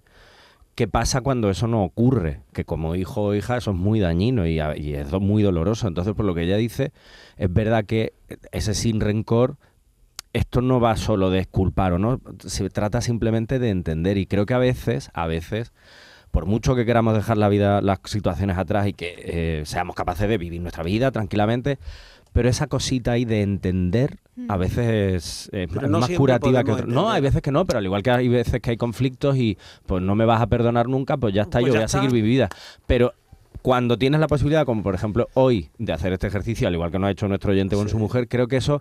S4: ¿Qué pasa cuando eso no ocurre? Que como hijo o hija eso es muy dañino y, a- y es do- muy doloroso. Entonces, por lo que ella dice, es verdad que ese sin rencor, esto no va solo de culpar o no, se trata simplemente de entender. Y creo que a veces, a veces, por mucho que queramos dejar la vida, las situaciones atrás y que eh, seamos capaces de vivir nuestra vida tranquilamente, pero esa cosita ahí de entender a veces es, es
S5: Pero no
S4: más
S5: siempre
S4: curativa que
S5: podemos
S4: otra. No, hay veces que no, pero al igual que hay veces que hay conflictos y pues no me vas a perdonar nunca, pues ya está,
S5: Pues
S4: yo
S5: ya
S4: voy a
S5: está.
S4: seguir mi vida. Pero cuando tienes la posibilidad, como por ejemplo hoy, de hacer este ejercicio, al igual que nos ha hecho nuestro oyente con su mujer, creo que eso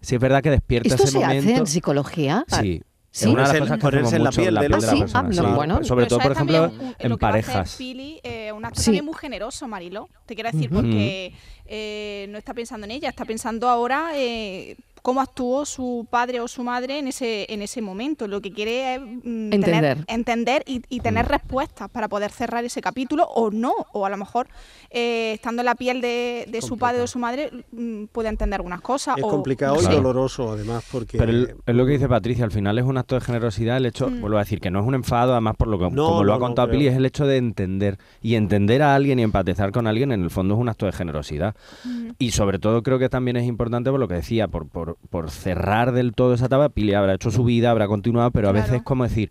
S4: sí es verdad que despierta
S3: ¿Esto
S4: ese
S3: se
S4: momento.
S3: hace en psicología? Ah,
S4: Sí.
S3: ¿Sí?
S4: Es una de las
S3: Ponerse en-
S4: cosas que
S5: ponerse
S4: hacemos
S5: en la
S4: mucho,
S5: piel del
S4: de
S3: otro.
S4: la
S3: Ah, sí,
S4: persona,
S3: ah, no,
S4: sí.
S3: bueno.
S4: Sobre
S7: Pero
S4: todo, por
S7: ¿sabes Pues también
S4: ejemplo,
S7: un-
S4: en
S7: lo que va a hacer
S4: parejas.
S7: Pili, eh, un acto
S3: Sí.
S7: también muy generoso, Marilo. Te quiero decir,
S4: Ujú.
S7: porque eh, no está pensando en ella, está pensando ahora eh, cómo actuó su padre o su madre en ese, en ese momento. Lo que quiere es mm, tener-
S3: Entender.
S7: entender y, y tener
S4: Mm.
S7: respuestas para poder cerrar ese capítulo o no. O a lo mejor, eh, estando en la piel de, de su padre o su madre, mm, puede entender algunas cosas.
S5: Es
S7: o-
S5: complicado
S4: no
S5: y
S4: sé.
S5: doloroso, además, porque...
S4: Pero el- es lo que dice Patricia, al final es un acto de generosidad el hecho,
S3: Mm.
S4: vuelvo a decir, que no es un enfado, además por lo que
S5: No,
S4: como lo
S5: no,
S4: ha
S5: no,
S4: contado
S5: pero-
S4: Pili, es el hecho de entender. Y entender a alguien y empatizar con alguien, en el fondo es un acto de generosidad.
S3: Mm.
S4: Y sobre todo creo que también es importante por lo que decía, por, por, por cerrar del todo esa etapa, Pili habrá hecho
S3: Mm.
S4: su vida, habrá continuado, pero a veces es como decir,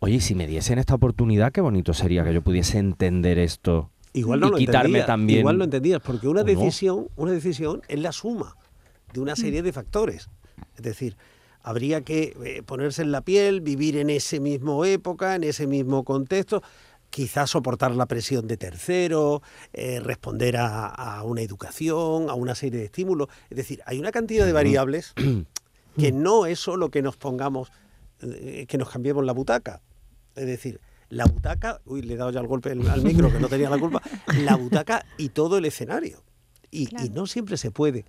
S4: oye, si me diesen esta oportunidad, qué bonito sería que yo pudiese entender esto.
S5: Igual no
S4: y
S5: lo
S4: quitarme
S5: entendías,
S4: también.
S5: Igual lo entendías, porque una
S4: ¿O no?
S5: decisión, una decisión es la suma de una serie de factores. Es decir, habría que eh, ponerse en la piel, vivir en ese mismo época, en ese mismo contexto, quizás soportar la presión de terceros, eh, responder a, a una educación, a una serie de estímulos. Es decir, hay una cantidad de variables que
S4: Mm.
S5: no es solo que nos pongamos, eh, que nos cambiemos la butaca. Es decir, la butaca, uy, le he dado ya el golpe al, al micro, que no tenía la culpa, la butaca y todo el escenario. Y, y no siempre se puede,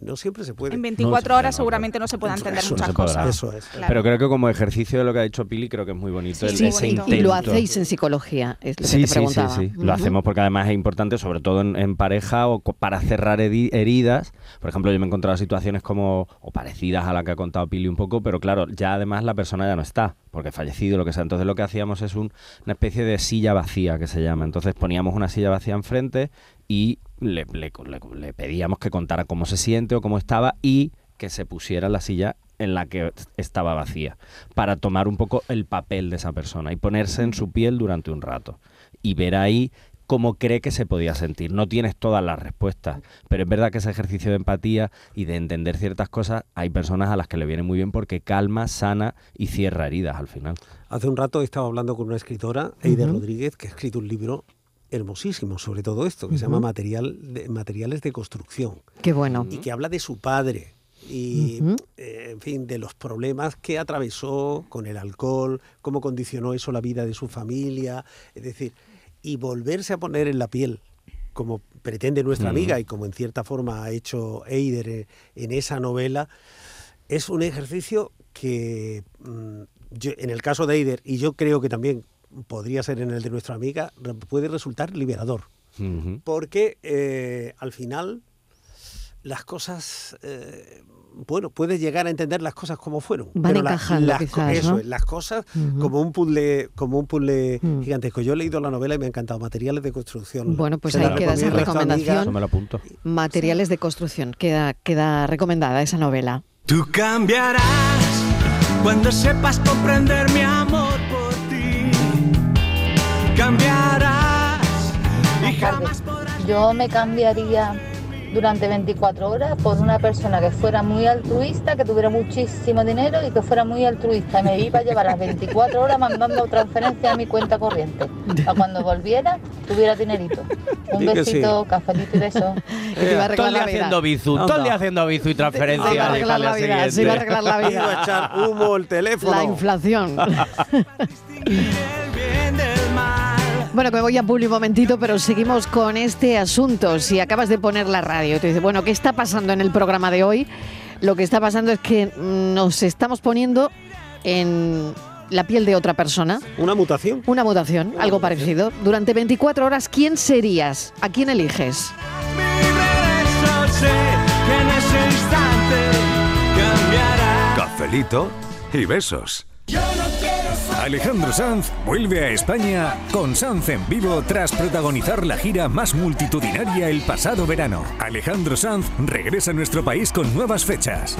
S5: no siempre se puede.
S7: En
S4: No,
S7: 24
S4: no,
S7: horas
S4: no,
S7: seguramente no se pueda
S5: Eso-
S7: entender
S5: eso
S7: muchas
S4: se podrá.
S7: cosas.
S5: Eso es.
S7: Claro.
S4: Pero creo que como ejercicio de lo que ha dicho Pili, creo que es muy bonito el-
S3: Sí,
S4: ese
S3: y-
S4: intento.
S3: y lo hacéis en psicología, es lo que te preguntaba.
S4: Sí, sí, Lo
S3: Ujú.
S4: hacemos porque además es importante, sobre todo en, en pareja o co- para cerrar heri- heridas. Por ejemplo, yo me he encontrado situaciones como o parecidas a la que ha contado Pili un poco, pero claro, ya además la persona ya no está, porque ha fallecido, lo que sea. Entonces lo que hacíamos es un- una especie de silla vacía que se llama. Entonces poníamos una silla vacía enfrente y le, le- le- le pedíamos que contara cómo se siente o cómo estaba y que se pusiera la silla en la que estaba vacía, para tomar un poco el papel de esa persona y ponerse en su piel durante un rato y ver ahí cómo cree que se podía sentir. No tienes todas las respuestas, pero es verdad que ese ejercicio de empatía y de entender ciertas cosas, hay personas a las que le viene muy bien porque calma, sana y cierra heridas al final.
S5: Hace un rato estaba hablando con una escritora, Eide
S4: Ujú.
S5: Rodríguez, que ha escrito un libro hermosísimo sobre todo esto, que se
S3: Ujú.
S5: llama Material de- Materiales de Construcción.
S3: Qué bueno.
S5: y que habla de su padre y, eh, en fin, de los problemas que atravesó con el alcohol, cómo condicionó eso la vida de su familia, es decir, y volverse a poner en la piel, como pretende nuestra
S4: Ujú.
S5: amiga y como en cierta forma ha hecho Eider eh, en esa novela, es un ejercicio que mm, yo- en el caso de Eider, y yo creo que también podría ser en el de nuestra amiga, re- puede resultar liberador
S4: Ujú.
S5: porque eh, al eh, final las cosas, eh, bueno, puedes llegar a entender las cosas como fueron.
S3: Van
S5: pero la-
S3: encajando
S5: las, co-
S3: quizás,
S5: eso
S3: ¿no?
S5: es, las cosas
S3: Ujú.
S5: como un puzzle, como un puzzle
S3: Mm.
S5: gigantesco. Yo he leído la novela y me ha encantado. Materiales de construcción.
S3: Bueno, pues
S5: Se
S3: ahí
S5: la
S3: queda esa
S5: recomiendo a esta amiga.
S3: recomendación. Materiales de construcción. Queda, queda recomendada esa novela.
S19: Tú cambiarás cuando sepas comprender mi amor por ti. Cambiarás y jamás
S20: Yo me cambiaría durante 24 horas por una persona que fuera muy altruista, que tuviera muchísimo dinero y que fuera muy altruista. Y me iba a llevar las 24 horas mandando transferencias a mi cuenta corriente. Para cuando volviera, tuviera dinerito. Un
S4: Di que sí.
S20: besito, cafelito y beso.
S4: todo el día haciendo bizu, todo el día haciendo bizu y transferencia.
S3: Se iba a
S4: al
S3: arreglar la
S4: día
S3: vida, se iba a
S4: siguiente.
S3: arreglar la vida.
S5: Iba a echar humo el teléfono.
S3: La inflación. Bueno, que me voy a Publi un momentito, pero seguimos con este asunto. Si acabas de poner la radio y te dice, bueno, ¿qué está pasando en el programa de hoy? Lo que está pasando es que mm, nos estamos poniendo en la piel de otra persona.
S5: Una mutación.
S3: Una mutación, algo parecido. Durante 24 horas, ¿quién serías? ¿A quién eliges?
S19: Eso sé que en ese instante cambiarás.
S10: Cafelito y besos. Alejandro Sanz vuelve a España con Sanz en vivo tras protagonizar la gira más multitudinaria el pasado verano. Alejandro Sanz regresa a nuestro país con nuevas fechas.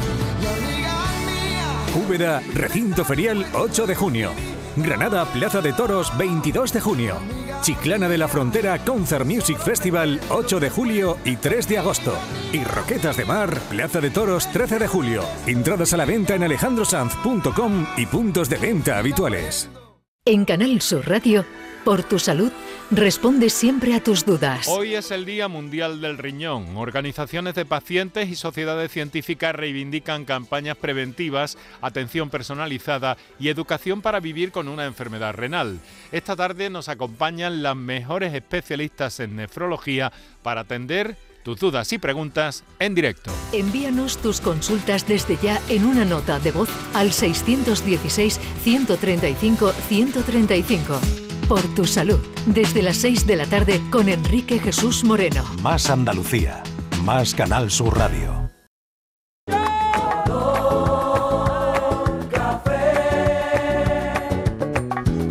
S10: Úbeda, Recinto Ferial, 8 de junio. Granada, Plaza de Toros, 22 de junio. Chiclana de la Frontera, Concert Music Festival, 8 de julio y 3 de agosto. Y Roquetas de Mar, Plaza de Toros, 13 de julio. Entradas a la venta en alejandrosanz.com y puntos de venta habituales.
S11: En Canal Sur Radio, por tu salud, responde siempre a tus dudas.
S17: Hoy es el Día Mundial del Riñón. Organizaciones de pacientes y sociedades científicas reivindican campañas preventivas, atención personalizada y educación para vivir con una enfermedad renal. Esta tarde nos acompañan las mejores especialistas en nefrología para atender tus dudas y preguntas en directo.
S11: Envíanos tus consultas desde ya en una nota de voz al 616-135-135. Por tu salud, desde las 6 de la tarde con Enrique Jesús Moreno.
S10: Más Andalucía. Más Canal Sur Radio.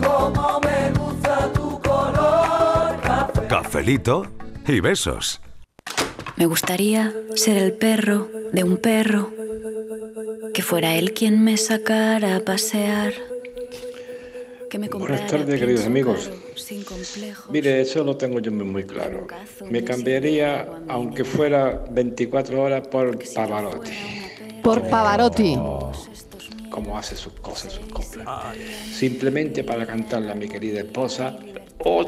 S19: Como me gusta tu color café.
S10: Cafelito y besos.
S21: Me gustaría ser el perro de un perro, que fuera él quien me sacara a pasear. Que me comprara
S22: Buenas tardes, queridos amigos.
S21: sin complejo.
S22: Mire, eso lo tengo yo muy claro. Me cambiaría, aunque fuera 24 horas, por Pavarotti.
S4: Oh.
S3: Por Pavarotti.
S22: Como hace sus cosas, sus coplas. Simplemente para cantarle a mi querida esposa. "Oh,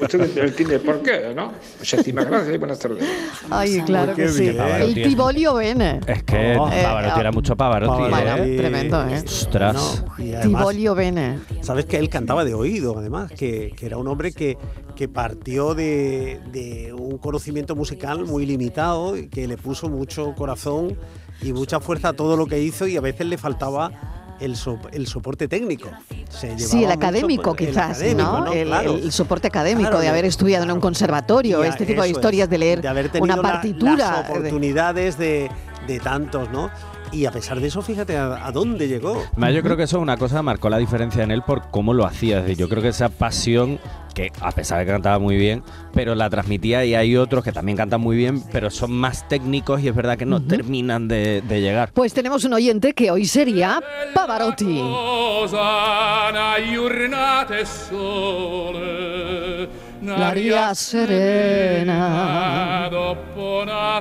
S22: Usted entiende por qué, ¿no? Muchísimas gracias y buenas tardes.
S3: Ay, claro que
S22: Qué
S3: sí.
S22: bien.
S3: El Tibolio Bene.
S4: Es que
S3: Oh.
S4: Pavarotti
S3: Eh,
S4: era mucho Pavarotti.
S3: Bueno,
S4: ¿eh?
S3: tremendo, ¿eh?
S4: Ostras.
S5: No, y además-
S3: Tibolio Bene.
S5: Sabes que él cantaba de oído, además, que, que era un hombre que, que partió de, de un conocimiento musical muy limitado, y que le puso mucho corazón y mucha fuerza a todo lo que hizo y a veces le faltaba el, so- el soporte técnico. Se llevaba
S3: Sí, el
S5: mucho
S3: académico
S5: por- el
S3: quizás,
S5: académico,
S3: ¿no? El,
S5: Claro.
S3: el soporte académico
S5: Claro,
S3: de haber
S5: de-
S3: estudiado en un conservatorio,
S5: Ya,
S3: este tipo de
S5: eso es.
S3: historias de leer
S5: De haber tenido
S3: una
S5: la-
S3: partitura.
S5: las
S3: de-
S5: oportunidades de, de tantos, ¿no? Y a pesar de eso, fíjate a, a dónde llegó.
S4: Además, yo creo que eso es una cosa que marcó la diferencia en él por cómo lo hacía. Es decir, yo creo que esa pasión, que a pesar de que cantaba muy bien, pero la transmitía y hay otros que también cantan muy bien, pero son más técnicos y es verdad que no terminan de, de llegar.
S3: Pues tenemos un oyente que hoy sería Pavarotti.
S23: Osana iurnate sole,
S3: L'aria serena.
S23: dopo una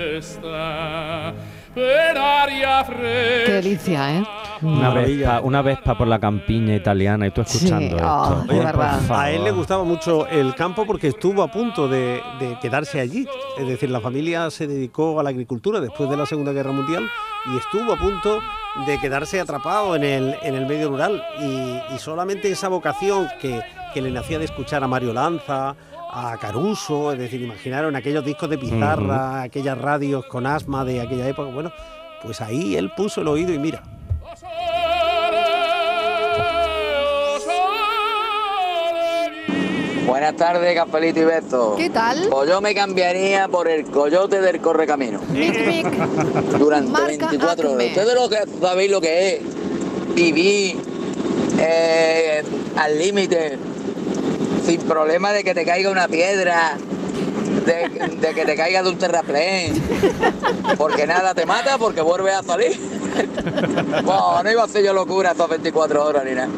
S23: tempesta, per aria fresca.
S3: Qué delicia, ¿eh?
S4: Una vespa, una vespa por la campiña italiana y tú escuchando
S3: Ah,
S4: esto.
S5: Oye,
S4: Por favor.
S5: A él le gustaba mucho el campo porque estuvo a punto de, de quedarse allí. Es decir, la familia se dedicó a la agricultura después de la Segunda Guerra Mundial y estuvo a punto de quedarse atrapado en el, en el medio rural. Y, y solamente esa vocación que, que le nacía de escuchar a Mario Lanza, a Caruso, es decir, imaginaron aquellos discos de pizarra, aquellas radios con asma de aquella época. Bueno, pues ahí él puso el oído y mira.
S23: Buenas
S24: Buenas tardes, Capelito y Beto.
S3: ¿Qué tal?
S24: Pues yo me cambiaría por el coyote del correcamino. Durante
S3: Marca
S24: 24 horas. Ustedes lo que sabéis lo que es vivir eh, al límite, sin problema de que te caiga una piedra, de, de que te caiga de un terraplén, porque nada te mata porque vuelves a salir. Bueno, no iba a hacer yo locura estas 24 horas ni nada.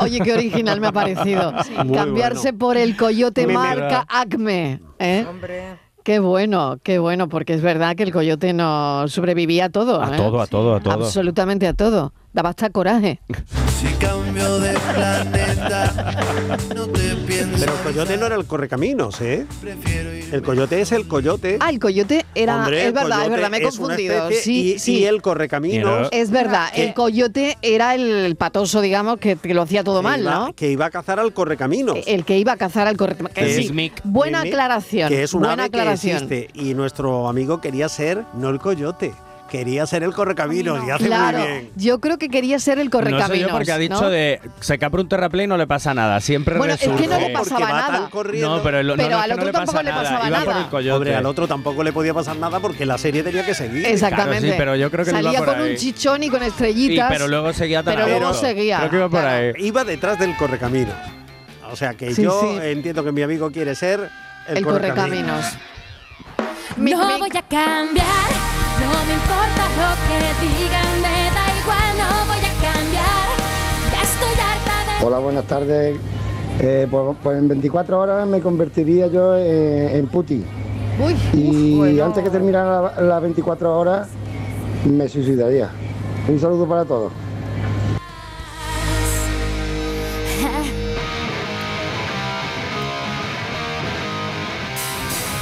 S3: Oye, qué original me ha parecido.
S24: Sí. Muy
S3: Cambiarse por el coyote
S24: Me- me
S3: marca
S24: da.
S3: Acme. ¿eh? Qué bueno, qué bueno, porque es verdad que el coyote no sobrevivía a todo.
S4: A
S3: ¿eh?
S4: todo, a todo, a todo.
S3: Absolutamente a todo. Daba hasta coraje.
S25: Cambio de planeta, no te pienso.
S5: Pero el coyote no era el correcaminos, ¿eh? El coyote es el coyote.
S3: Ah, el coyote era.
S5: Hombre, el
S3: es verdad, es
S5: coyote
S3: verdad, me he
S5: es una
S3: confundido.
S5: especie
S3: Sí,
S5: y,
S3: sí.
S5: y el correcaminos.
S3: Es verdad,
S5: que-
S3: el coyote era el patoso, digamos, que, que lo hacía todo
S5: que
S3: mal,
S5: iba-
S3: ¿no?
S5: Que iba a cazar al correcaminos.
S3: El que iba a cazar al correcto.
S5: Que es-
S3: Buena
S5: Mimic,
S3: aclaración.
S5: Que es un
S3: buena
S5: ave que
S3: aclaración.
S5: existe. Y nuestro amigo quería ser, no el coyote, quería ser el correcaminos. Y hace
S3: claro,
S5: muy bien.
S3: yo creo que quería ser el
S4: No
S3: correcaminos.
S4: sé yo porque ha dicho
S3: ¿no?
S4: de se cae por un terraplén y no le pasa nada. Siempre
S3: Bueno, es que no
S4: resurge.
S3: le pasaba Porque va nada. tan corriendo.
S4: No, pero, el- no,
S3: Pero
S4: no, es
S3: al
S4: que no
S3: otro tampoco le pasaba
S4: Iba por
S3: nada.
S4: el coyote.
S5: Hombre, al otro tampoco le podía pasar nada porque la serie tenía que seguir.
S3: Exactamente. Salía con un chichón y con estrellitas. Pero luego seguía.
S5: ahí. Iba detrás del correcaminos. O sea que
S3: Sí,
S5: yo
S3: sí.
S5: entiendo que mi amigo quiere ser el,
S3: El correcaminos.
S26: No voy a cambiar, no me importa lo que digan, me da igual, no voy a cambiar. Ya estoy harta de
S27: Hola, buenas tardes. Eh, pues, pues en 24 horas me convertiría yo eh, en Putin. y antes que terminara la- las 24 horas me suicidaría. Un saludo para todos.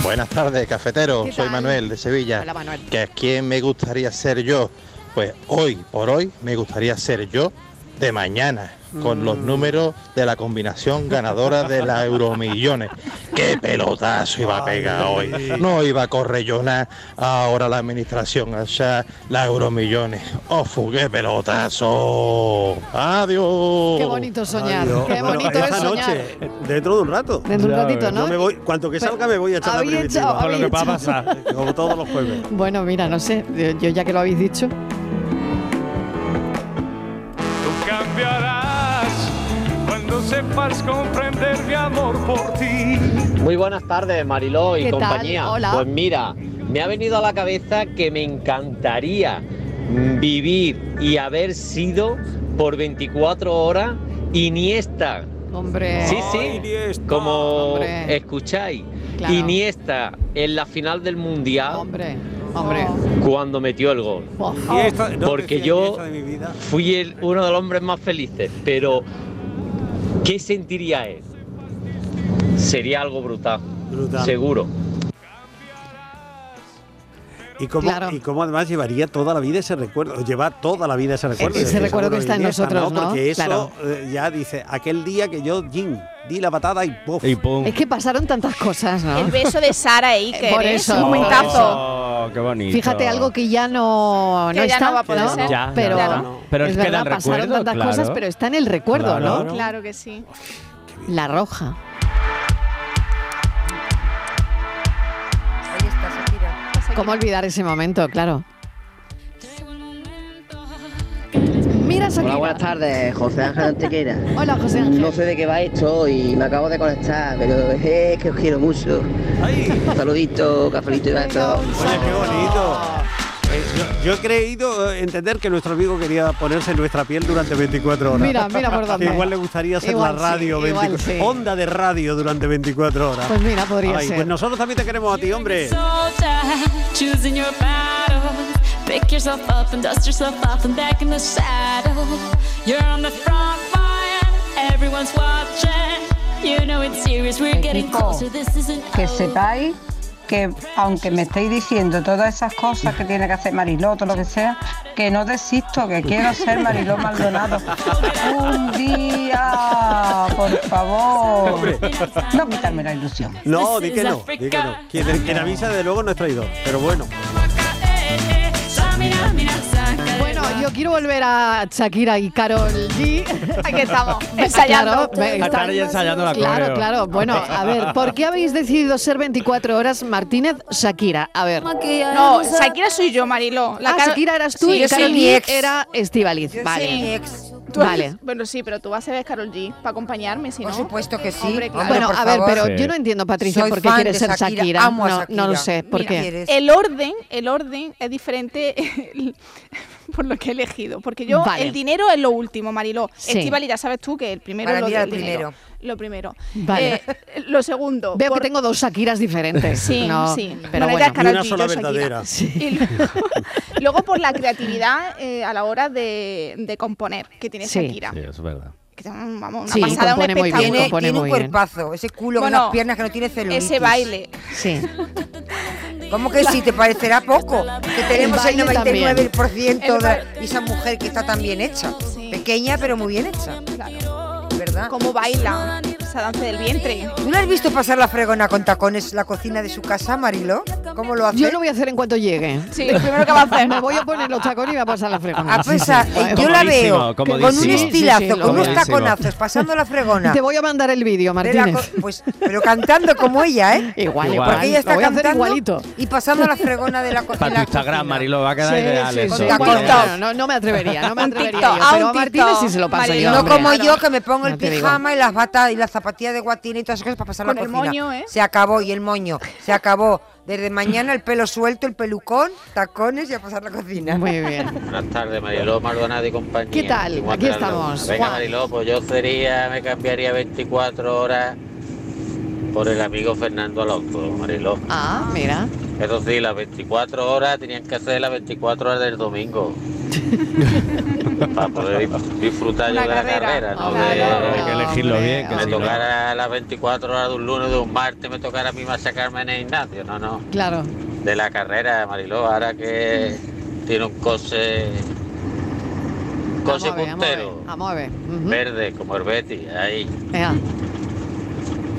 S28: Buenas tardes, cafetero.
S3: ¿Qué
S28: Soy
S3: tal?
S28: Manuel de Sevilla.
S3: Hola, Manuel.
S28: ¿Que quién me gustaría ser yo? Pues hoy, por hoy, me gustaría ser yo de mañana, con los
S3: Mm.
S28: números de la combinación ganadora de la Euromillones. ¡Qué pelotazo iba a pegar hoy! No iba a correllonar ahora la administración allá, la Euromillones. ¡Ofu, qué pelotazo! ¡Adiós!
S3: Qué bonito soñar.
S5: Adiós.
S3: Qué
S5: Bueno,
S3: bonito
S5: esta
S3: es soñar.
S5: noche, dentro de un rato.
S3: Dentro de un Ya ratito, ves. ¿no?
S5: Yo me voy, cuanto que
S3: Pero-
S5: salga me voy a echar la
S3: habéis
S5: primitiva.
S3: echado- Con lo que habéis va a echado.
S5: Como todos los jueves.
S3: Bueno, mira, no sé, yo- yo ya que lo habéis dicho.
S22: Cambiarás cuando sepas comprender mi amor por ti.
S29: Muy buenas tardes, Mariló y
S22: ¿Qué tal?
S29: compañía.
S22: Hola.
S29: Pues mira, me ha venido a la cabeza que me encantaría vivir y haber sido por 24 horas Iniesta.
S3: Hombre.
S29: Sí, sí, como
S3: Hombre.
S29: escucháis,
S3: Claro.
S29: Iniesta en la final del Mundial
S3: Hombre, hombre.
S29: cuando metió el gol.
S3: Oh. Iniesta, ¿dónde
S29: Porque
S3: decía
S29: yo
S3: Iniesta de mi vida?
S29: fui el, uno de los hombres más felices, pero ¿qué sentiría él? Sería algo brutal, seguro.
S5: Y cómo, y cómo además llevaría toda la vida ese recuerdo, o lleva toda la vida ese recuerdo.
S3: ese
S5: Seguro
S3: recuerdo que está en
S5: Iniesta,
S3: nosotros, ¿no?
S5: Porque eso
S3: Claro.
S5: eh, ya dice, aquel día que yo, Jim, di la patada y ¡puf!
S4: Y pum.
S3: Es que pasaron tantas cosas, ¿no?
S7: El beso de Sara e Iker.
S3: Por
S7: ¿eh?
S3: eso.
S7: Es un momentazo.
S4: Oh, qué bonito.
S3: Fíjate, algo que ya no,
S7: Que
S3: no
S7: ya
S3: está,
S7: no va a poder ser.
S4: Ya,
S3: pero,
S4: ya no. Pero
S3: es
S4: queda el
S3: verdad, pasaron
S4: recuerdo,
S3: tantas
S4: claro.
S3: cosas, pero está en el recuerdo,
S4: Claro.
S3: ¿no?
S7: Claro que sí.
S3: La roja. ¿Cómo olvidar ese momento? Claro. Mira,
S13: Hola,
S3: Shakira.
S13: buenas tardes, José Ángel Antequera.
S3: Hola, José
S13: No sé de qué va esto y me acabo de conectar, pero es que os quiero mucho. Un saludito, cafelito y besos.
S5: Oye, qué bonito. Eh, yo, yo he creído eh, entender que nuestro amigo quería ponerse en nuestra piel durante 24 horas.
S3: Mira, mira por dónde.
S5: Que igual le gustaría hacer
S3: Igual
S5: la
S3: sí,
S5: radio,
S3: igual
S5: 24
S3: sí.
S5: onda de radio durante 24 horas.
S3: Pues mira, podría
S5: Ay,
S3: ser.
S5: Pues nosotros también te queremos a ti, hombre.
S26: soldier, choosing your battles. Pick yourself up and dust yourself off and back in the saddle. You're on the front line, everyone's watching. You know it's serious, we're getting
S16: Equipo,
S26: closer, this isn't
S16: Que sepáis que aunque me estéis diciendo todas esas cosas que tiene que hacer Mariló, todo lo que sea, que no desisto, que quiero ser Mariló Maldonado. Un día, por favor. No quitarme la ilusión.
S5: No, di que no, di que no. Quien, quien avisa, de luego, no es traidor. Pero bueno.
S26: Bueno,
S3: yo quiero volver a Shakira y Carol G.
S7: Aquí estamos, ensayando.
S3: Claro, me-
S4: Están
S3: está-
S4: ahí ensayando la
S3: Claro,
S4: coreo.
S3: claro. Bueno, a ver, ¿por qué habéis decidido ser 24 horas Martínez Shakira? A ver.
S7: No, Shakira soy yo, Mariló. La
S3: Ah,
S7: Carol-
S3: Shakira eras tú
S7: Sí,
S3: y
S7: yo
S3: Carol
S7: soy mi
S3: G
S7: ex.
S3: era Estivaliz.
S7: Yo
S3: Vale.
S7: soy mi ex. Tú
S3: Vale.
S7: eres- Bueno, sí, pero tú vas a ver Carol G para acompañarme, si no. Por supuesto que sí.
S3: bueno, a ver, pero yo no entiendo, Patricia,
S7: Soy
S3: por qué
S7: fan
S3: quieres
S7: de
S3: ser Shakira.
S7: Shakira, amo a
S3: no, no lo
S7: Shakira.
S3: sé, ¿por qué?
S7: El orden, el orden es diferente por lo que he elegido. Porque yo,
S3: Vale.
S7: el dinero es lo último, Mariló.
S3: Sí.
S7: Estivali, ya sabes tú que el primero
S3: Para
S7: es lo
S3: mí
S7: del
S3: el primero.
S7: dinero. Lo primero.
S3: Vale.
S7: Eh, lo segundo.
S3: Veo
S7: por-
S3: que tengo dos Shakiras diferentes.
S7: Eh, Sí,
S3: No,
S7: sí. Bueno,
S3: Pero bueno,
S7: era Karol Y una G, sola yo Shakira. verdadera. Y luego, luego por la creatividad eh, a la hora de, de componer que tiene
S4: Sí.
S7: Shakira.
S4: Sí, eso es verdad.
S7: Que es un- vamos, una
S3: Sí,
S7: pasada, un
S3: compone muy bien,
S7: espectáculo.
S3: Tiene- compone tiene un muy bien.
S6: cuerpazo, ese culo con las piernas que no tiene celulitis.
S7: Ese baile.
S3: Sí.
S6: ¿Cómo que sí? ¿Te parecerá poco? Que tenemos el
S3: baile
S6: 99%
S7: también.
S6: de y esa mujer que está tan bien hecha. Pequeña, pero muy bien hecha. ¿Verdad?
S7: Cómo baila esa danza del vientre.
S6: ¿Tú la has visto pasar la fregona con tacones la cocina de su casa, Marilo? ¿Cómo lo hace?
S3: Yo lo voy a hacer en cuanto llegue.
S7: Sí, lo primero que va a hacer.
S3: Me voy a poner los tacones y va a pasar la fregona.
S6: Ah, pues, ah, eh, yo la veo que- con un
S3: Sí, sí,
S6: estilazo,
S3: sí, lo
S6: con unos
S3: veo.
S6: taconazos, pasando la fregona.
S3: Te voy a mandar el vídeo,
S6: de la
S3: Martínez.
S6: co- pues, pero cantando como ella, ¿eh?
S3: Igual,
S4: Igual.
S6: Porque ella
S4: Lo
S6: está
S4: voy a hacer
S6: cantando
S4: igualito.
S6: y pasando la fregona de la cocina.
S4: Para tu Instagram, Marilo, va a quedar ideal eso.
S3: sí,
S4: Mira.
S3: bueno, no, no, no me atrevería, no me
S6: Un
S3: atrevería.
S6: TikTok,
S3: yo,
S6: ah,
S3: pero a
S6: un
S3: Martínez
S6: TikTok.
S3: sí se lo paso
S6: Vale,
S3: yo.
S6: No
S3: hombre.
S6: como yo que me pongo el
S3: No te digo.
S6: pijama y las batas y las zapatillas de guatina y todas esas cosas para pasar
S7: Con
S6: la
S7: el
S6: cocina.
S7: moño, ¿eh?
S6: Se acabó y el moño, se acabó. Desde mañana el pelo suelto, el pelucón, tacones y a pasar la cocina.
S3: Muy bien.
S30: Buenas tardes, Mariló Maldonado y compañía.
S3: ¿Qué tal?
S30: Y Juan
S3: Aquí
S30: Carlos.
S3: estamos,
S30: Venga,
S3: Juan.
S30: Mariló, pues yo sería, me cambiaría 24 horas por el amigo Fernando Alonso, Mariló.
S3: Ah, mira.
S30: Eso sí, las 24 horas tenían que ser las 24 horas del domingo. para poder disfrutar yo de la carrera, ¿no? De-
S4: Hay que elegirlo bien, que
S30: me
S4: si no-
S30: tocara las 24 horas de un lunes, de un martes, me tocara a mí machacarme en el Ignacio, no, no.
S3: Claro.
S30: de la carrera, Mariló, ahora que tiene un coche coche
S3: Vamos a ver, vamos a ver,
S30: puntero,
S3: Vamos a ver. Mm.
S30: verde, como el Betty, ahí.
S3: Venga.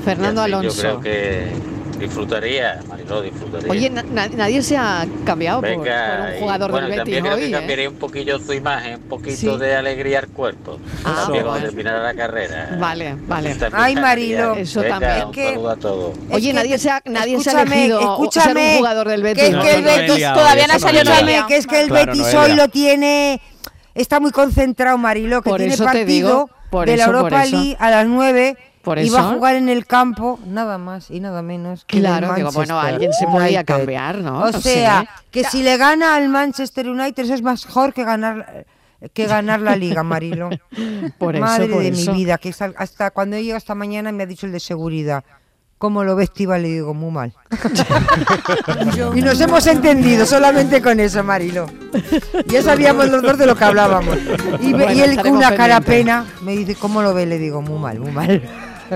S3: Fernando
S30: Y así
S3: Alonso.
S30: Yo creo que disfrutaría, Mariló, disfrutaría.
S3: Oye, na- na- nadie se ha cambiado por,
S30: Venga,
S3: por un
S30: y
S3: jugador
S30: bueno,
S3: del
S30: y
S3: Betis
S30: también creo
S3: hoy,
S30: que
S3: ¿eh?
S30: cambiaría un poquillo su imagen, un poquito
S3: Sí.
S30: de alegría al cuerpo.
S3: Ah,
S30: también cuando
S3: bueno.
S30: terminara la carrera.
S3: Vale, vale.
S30: También
S3: Ay,
S30: cambiaría.
S3: Mariló. Eso
S30: Venga,
S3: también.
S30: Un
S3: Es que-
S30: saludo a todos.
S3: Oye, nadie, se ha, nadie se ha
S6: escúchame,
S3: elegido
S6: escúchame,
S3: ser un jugador del Betis.
S6: que es que el Betis
S7: todavía no ha salido
S6: Escúchame, que es que el
S3: Claro,
S6: Betis
S3: Noelia.
S6: hoy lo tiene, está muy concentrado Marilo, que
S3: Por
S6: tiene
S3: eso te
S6: partido
S3: digo, por
S6: de la
S3: eso, por
S6: Europa
S3: eso.
S6: League a las 9
S3: Por
S6: y va a
S3: eso.
S6: jugar en el campo, nada más y nada menos. que en el
S3: Claro, digo, bueno,
S6: Manchester
S3: alguien se
S6: United.
S3: podía cambiar, ¿no?
S6: O
S3: No sé.
S6: sea, que si le gana al Manchester United eso es mejor que ganar que ganar la liga, Marilo.
S3: Por eso,
S6: Madre
S3: por
S6: de
S3: eso.
S6: mi vida, que es al- hasta cuando he llegado esta mañana me ha dicho el de seguridad. ¿Cómo lo ves, Tiba? Le digo, muy mal. y nos hemos entendido solamente con eso, Marilo. Ya sabíamos los dos de lo que hablábamos. Y, ve-
S3: Bueno,
S6: y él con
S3: estaremos
S6: una cara pena
S3: pendientes.
S6: me dice, ¿cómo lo ves? Le digo, muy mal, muy mal.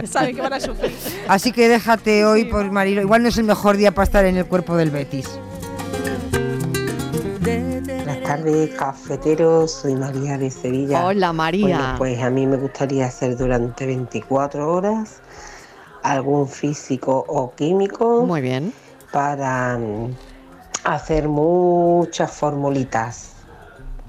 S7: Sabe que van a sufrir.
S6: Así que déjate hoy por Marilo. Igual no es el mejor día para estar en el cuerpo del Betis.
S16: Buenas tardes, cafeteros. Soy María de Sevilla.
S3: Hola, María.
S16: Bueno, pues a mí me gustaría hacer durante 24 horas algún físico o químico. Muy
S3: bien.
S16: Para mm, hacer muchas formulitas.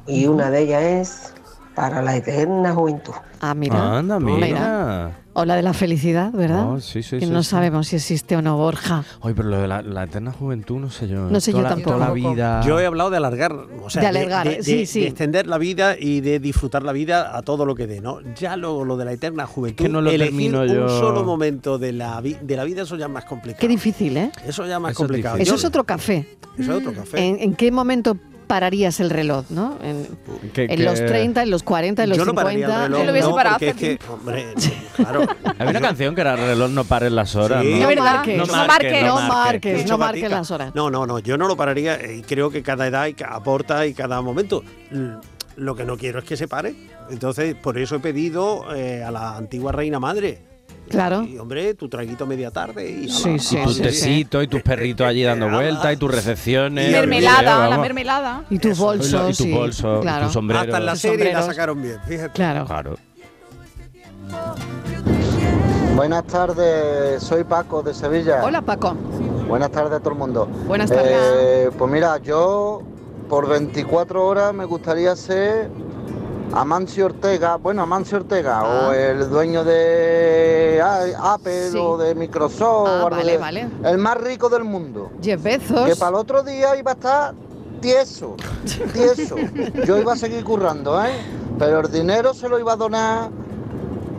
S16: Y una de ellas es para la eterna juventud.
S3: Ah, mira.
S4: Anda, mira.
S3: O la de la felicidad, ¿verdad?
S4: Oh, sí, sí,
S3: que
S4: sí,
S3: no
S4: sí.
S3: sabemos si existe o no, Borja.
S4: Oye, pero lo de la, la eterna juventud, no sé yo.
S3: No sé yo
S4: Toda la-
S3: tampoco.
S4: Toda la vida.
S5: Yo he hablado de alargar, o sea,
S3: De alargar,
S5: de,
S3: sí,
S5: de-
S3: sí.
S5: de extender la vida y de disfrutar la vida a todo lo que dé, ¿no? Ya luego lo de la eterna juventud,
S4: Que no lo
S5: elegir
S4: termino
S5: un
S4: yo.
S5: solo momento de la, vi- de la vida, eso ya es más complicado.
S3: Qué difícil, ¿eh?
S5: Eso ya es más
S4: Eso es
S5: complicado.
S4: difícil.
S5: Yo-
S3: Eso es otro café.
S5: Eso es otro café.
S3: ¿En, en qué momento pararías el reloj, no? En, en los 30, en los 40, en los
S5: Yo no
S3: 50.
S5: pararía el reloj, no, porque es que, hombre, claro,
S4: Había una canción que era reloj no pares las horas.
S5: Sí.
S4: ¿no?
S5: Es verdad.
S3: marques,
S5: No
S3: no marques,
S5: marques,
S3: no
S5: no marques.
S3: marques, no
S5: Mucho
S3: marques
S5: gatica.
S3: las horas.
S5: No, no, no, yo no lo pararía eh, y creo que cada edad y ca- aporta y cada momento. L- Lo que no quiero es que se pare. Entonces, por eso he pedido eh, a la antigua reina madre.
S3: Claro.
S5: Y hombre, tu traguito media tarde y ala.
S4: Y tu tecito y tus perritos allí dando vueltas y tus recepciones.
S7: mermelada, la
S4: Vamos.
S7: mermelada.
S3: Y tus bolsos.
S4: Y tu
S3: sí,
S4: bolso, y
S3: claro.
S4: tu sombrero.
S5: Hasta en la
S4: Tus
S5: serie la
S4: sombreros.
S5: sacaron bien, fíjate.
S3: Claro.
S31: Buenas tardes, soy Paco de Sevilla.
S3: Hola, Paco.
S31: Buenas tardes a todo el mundo.
S3: Buenas tardes.
S31: Eh, pues mira, yo por 24 horas me gustaría ser Amancio Ortega, bueno, Amancio Ortega,
S3: Ah.
S31: o el dueño de A- Apple o de Microsoft,
S3: Ah,
S31: o algo
S3: vale,
S31: de-
S3: vale.
S31: el más rico del mundo.
S3: Jeff Bezos.
S31: Que para el otro día iba a estar tieso, tieso. Yo iba a seguir currando, ¿eh? Pero el dinero se lo iba a donar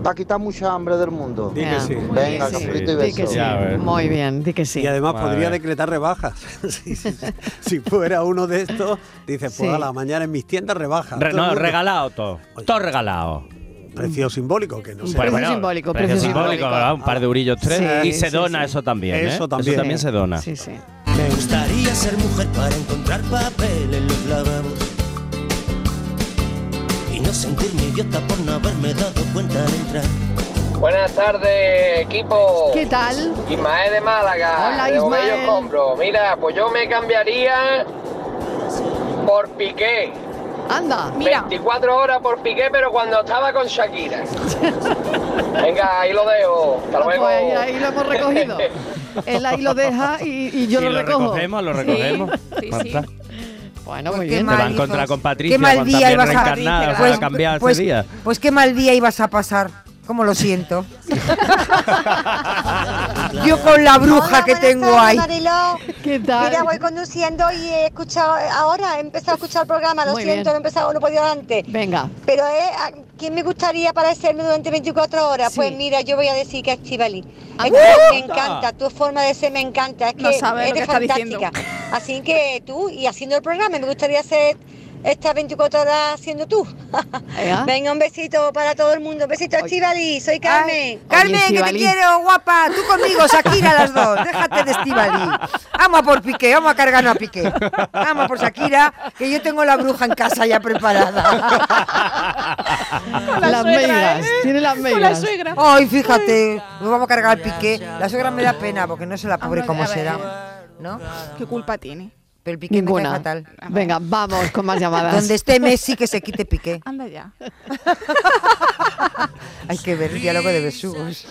S31: para quitar mucha hambre del mundo.
S5: Di
S3: Ah,
S5: que sí.
S31: Venga,
S5: Di que Ah, sí.
S31: cafelito y
S5: Di que
S31: besos.
S5: sí. Ya ves.
S3: Muy bien, di que sí.
S5: Y además
S4: Madre
S5: Ah, podría
S4: mía.
S5: decretar rebajas. si, si- si fuera uno de estos, dices,
S3: Sí.
S5: pues a la mañana en mis tiendas rebajas.
S4: Re-
S5: Todo el
S4: no,
S5: mundo.
S4: regalado todo. Todo regalado.
S5: Precio simbólico, que no sé.
S4: Bueno, bueno, precio simbólico, ¿verdad? un par de eurillos tres.
S5: Sí,
S4: y se
S5: sí,
S4: dona
S5: sí.
S4: eso también. ¿eh?
S5: Eso también.
S4: Eso también
S5: Sí.
S4: se dona.
S3: Sí, sí.
S5: Me
S13: gustaría ser mujer para encontrar papel en los lavabos y no sentirme idiota por no haberme dado cuenta al entrar.
S32: Buenas tardes, equipo.
S3: ¿Qué tal?
S32: Ismael de Málaga.
S3: Hola,
S32: de Bello
S3: Ismael.
S32: Escombro. Mira, pues yo me cambiaría por Piqué.
S3: Anda,
S32: 24 horas por Piqué, pero cuando estaba con Shakira. Venga, ahí lo dejo. Hasta
S3: Ah, pues
S32: luego.
S3: ahí, ahí lo hemos recogido. Él ahí lo deja y, y yo
S4: Sí,
S3: lo
S4: lo
S3: recojo.
S4: recogemos, lo recogemos. Marta.
S3: Bueno, muy
S6: Qué
S3: bien.
S4: Te va a
S6: mal,
S4: encontrar
S6: hijos.
S4: con Patricia
S6: Qué mal
S4: cuando
S6: día
S4: también
S6: ibas a
S4: reencarnada, se la ha cambiado ese
S6: pues,
S4: día.
S6: pues qué mal día ibas a pasar. Como lo siento. Yo con la bruja que tengo ahí.
S33: Mariló.
S3: ¿Qué tal?
S33: Mira, voy conduciendo y he escuchado ahora, he empezado a escuchar el programa, lo
S3: Muy
S33: siento,
S3: bien.
S33: no he empezado, no he podido antes.
S3: Venga.
S33: Pero eh, ¿a ¿quién me gustaría parecerme durante 24 horas?
S3: Sí.
S33: Pues mira, yo voy a decir que a Estivali.
S3: Ah,
S33: Es que
S3: uh,
S33: me encanta, tu forma de ser me encanta, es que
S7: No sabe lo
S33: eres
S7: que está diciendo.
S33: fantástica. Así que tú, y haciendo el programa, me gustaría ser estas 24 horas siendo tú.
S3: Ea.
S33: Venga, un besito para todo el mundo. Un besito a Estivali, soy Carmen.
S6: Carmen, que te quiero, guapa. Tú conmigo, Shakira, las dos. Déjate de Estivali. Vamos a por Piqué, vamos a cargarnos a Piqué. Vamos a por Shakira, que yo tengo la bruja en casa ya preparada.
S3: las Las suegra, meigas, ¿eh? tiene las Con la meigas. suegra.
S6: Ay, fíjate, nos vamos a cargar al Piqué. La suegra me da pena porque no sé la
S3: Ah,
S6: pobre cómo será. ¿No?
S7: ¿Qué culpa tiene?
S6: Pero el Piqué
S3: Ninguna.
S6: me cae fatal.
S3: Venga, vamos con más llamadas.
S6: Donde esté Messi, que se quite Piqué.
S7: Anda ya.
S6: Hay que ver el diálogo de besugos.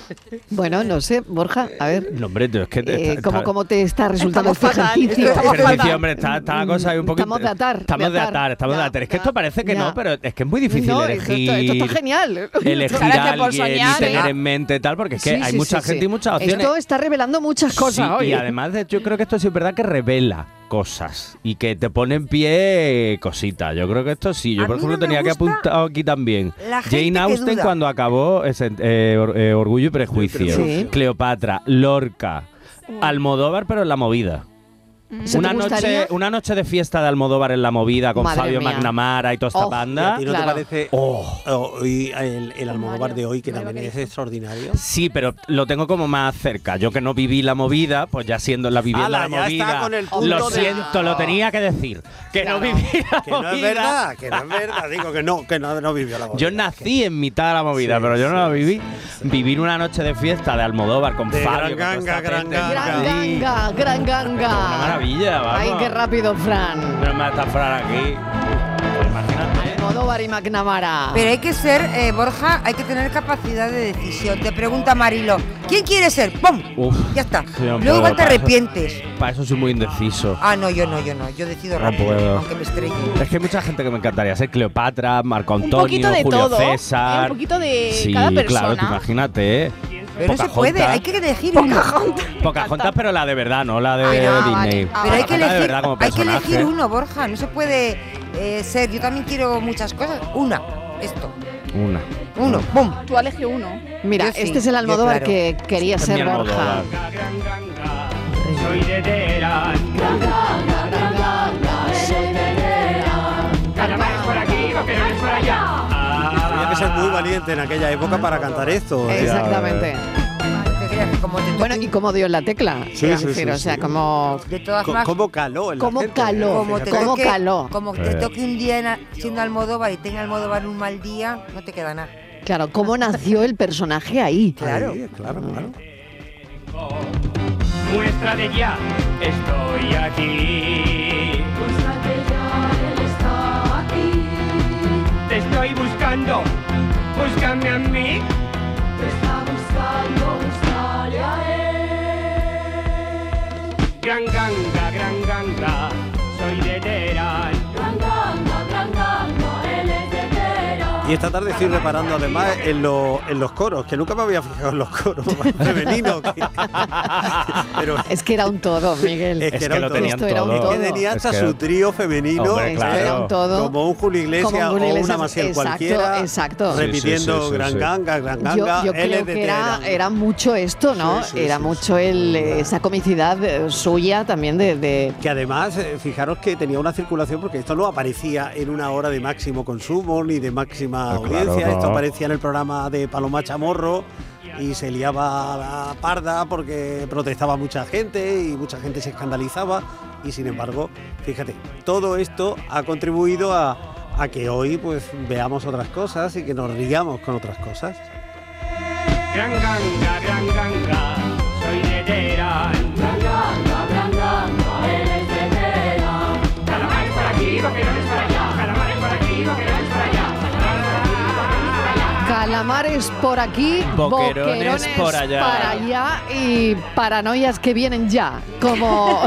S3: Bueno, no sé, Borja, a ver.
S4: No, hombre, tío, es que.
S3: eh,
S4: está-
S3: ¿cómo,
S4: está-
S3: cómo te está resultando
S4: Estamos
S3: este
S4: fatal,
S3: ejercicio?
S4: estamos Pero, tío, hombre, está, está la cosa ahí un poquito.
S3: Mm, Estamos de atar, de
S4: Estamos de
S3: atar.
S4: atar, estamos de atar. Es que esto parece que
S3: ya.
S4: no, pero es que es muy difícil
S3: No, esto-
S4: elegir.
S3: esto- esto está genial.
S4: Elegir
S3: Claro, es que
S4: a
S3: por
S4: alguien
S3: soñar,
S4: y tener
S3: ¿eh?
S4: en mente tal, porque es que
S3: Sí,
S4: hay
S3: sí,
S4: mucha
S3: sí,
S4: gente
S3: sí.
S4: y muchas opciones.
S3: Esto está revelando muchas cosas
S4: Sí,
S3: hoy. ¿eh?
S4: Y además, de- yo creo que esto sí es verdad que revela cosas y que te pone en pie cositas. Yo creo que esto sí. Yo, por ejemplo, tenía que apuntar aquí también.
S6: la gente
S4: Jane
S6: que
S4: Austen
S6: duda.
S4: cuando acabó ese- eh, Or- eh, Orgullo y Prejuicio.
S3: Sí.
S4: Cleopatra, Lorca, Almodóvar, pero en la movida.
S3: O sea, ¿te
S4: Una
S3: gustaría-
S4: noche, una noche de fiesta de Almodóvar en la movida con
S3: Madre
S4: Fabio
S3: mía.
S4: McNamara y toda esta
S3: Oh,
S4: banda.
S5: ¿Y a ti no te parece oh, y el, el almodóvar de hoy, que también es extraordinario?
S4: Sí, pero lo tengo como más cerca. Yo que no viví la movida, pues ya siendo la vivienda
S5: Ala,
S4: la
S5: ya está
S4: movida.
S5: con el punto
S4: lo
S5: de-
S4: siento, lo tenía que decir. Que no viví la
S5: Que no es
S4: movida.
S5: verdad, que no es verdad. Digo que no, que no, no vivió la movida.
S4: Yo nací en mitad de la movida, pero yo no la viví. Vivir una noche de fiesta de Almodóvar con
S5: De
S4: Fabio.
S5: gran
S4: con toda
S5: ganga,
S4: esta
S5: gran
S4: gente.
S5: ganga.
S4: Sí,
S3: Ganga, gran
S4: Una
S3: ganga.
S4: maravilla, vamos.
S3: Ay, qué rápido, Fran.
S4: No me está Fran aquí. Imagínate.
S3: Modóvar y McNamara.
S6: Pero hay que ser, eh, Borja, hay que tener capacidad de decisión. Te pregunta Marilo, ¿quién quiere ser? ¡Pum!
S4: Uf,
S6: Ya está.
S4: yo no
S6: Luego igual
S4: puedo,
S6: te
S4: para eso-
S6: arrepientes.
S4: Para eso soy muy indeciso.
S6: Ah, no, yo no, yo no. Yo decido
S4: No
S6: rápido,
S4: puedo.
S6: aunque me estrelle.
S4: Es que hay mucha gente que me encantaría ser Cleopatra, Marco Antonio,
S6: poquito de
S4: Julio
S6: todo,
S4: César.
S6: ¿eh? Un poquito de
S4: sí,
S6: cada
S4: Claro,
S6: persona.
S4: tú imagínate, ¿eh?
S6: Pero no se puede, hay que elegir uno.
S4: Pocahontas, pero la de verdad, no la de
S6: Ah, vale.
S4: Eh, Disney.
S6: Pero hay que,
S4: Pocahontas de
S6: elegir,
S4: verdad como
S6: hay que
S4: personaje.
S6: elegir uno, Borja. No se puede eh, ser. Yo también quiero muchas cosas. Una, esto.
S4: Una.
S6: Uno, pum.
S7: Tú elige uno.
S3: Mira,
S6: Yo sí,
S3: este es el
S6: yo
S3: Almodóvar
S6: claro.
S3: que quería
S4: Este es
S3: ser
S4: mi
S3: Borja.
S4: Almodóvar.
S13: Soy de Teherán. Carnaval es por aquí, copiones por
S4: Ah.
S13: allá.
S5: Había que ser muy valiente en aquella época para cantar esto. ¿eh?
S3: Exactamente. Bueno, y cómo dio en la tecla.
S5: Sí,
S3: es
S5: sí,
S3: decir,
S5: sí,
S3: o sea,
S5: sí.
S3: como.
S6: De todas
S5: Co-
S6: formas-
S5: ¿Cómo caló? en la
S3: ¿Cómo
S5: gente?
S3: caló?
S6: Como te,
S3: ¿Cómo
S6: toque,
S3: caló?
S6: como te
S4: Eh.
S6: toque un día en- siendo Almodóvar y tenga Almodóvar un mal día, no te queda nada.
S3: Claro, ¿cómo nació el personaje ahí?
S6: Claro.
S5: Sí, claro, claro.
S13: Muéstrate ya, estoy aquí. Muéstrate ya, él está aquí. Te estoy buscando, búscame a mí. Te está buscando, búscale a él. Gran ganga, gran ganga, soy de Teherán.
S5: Y esta tarde estoy reparando además en, lo- en los coros, que nunca me había fijado en los coros femeninos. que- Pero
S3: Es que era un todo, Miguel.
S5: es que, era un todo.
S3: Esto era un todo.
S5: Es que tenía hasta
S3: Es que-
S5: su trío femenino,
S3: Hombre, claro.
S5: ¿eh?
S3: Era un todo.
S5: como un Julio Iglesias
S3: Como un
S5: o
S3: Iglesias,
S5: una Maciel
S3: exacto,
S5: cualquiera,
S3: exacto. Sí, sí,
S5: repitiendo
S3: sí, sí,
S5: gran
S3: sí.
S5: ganga, gran
S3: Yo,
S5: ganga,
S3: yo creo
S5: LDT,
S3: que era, era mucho esto, ¿no?
S5: Sí, sí,
S3: era
S5: sí,
S3: mucho el, eh, esa comicidad eh, suya también de... de-
S5: Que además, eh, fijaros que tenía una circulación porque esto no aparecía en una hora de máximo consumo ni de máxima audiencia. Esto
S4: no.
S5: aparecía en el programa de Paloma Chamorro y se liaba la parda porque protestaba mucha gente y mucha gente se escandalizaba. Y sin embargo, fíjate, todo esto ha contribuido a, a que hoy pues veamos otras cosas y que nos riamos con otras cosas.
S13: Gran ganga, gran ganga, soy de Teherán. Gran ganga, gran ganga, eres de Teherán. Calamares para aquí, vaquerones para allá. Calamares para aquí, vaquerones para allá.
S3: Calamares por aquí,
S4: Boquerones
S3: boquerones
S4: por allá.
S3: para allá y paranoias que vienen ya, como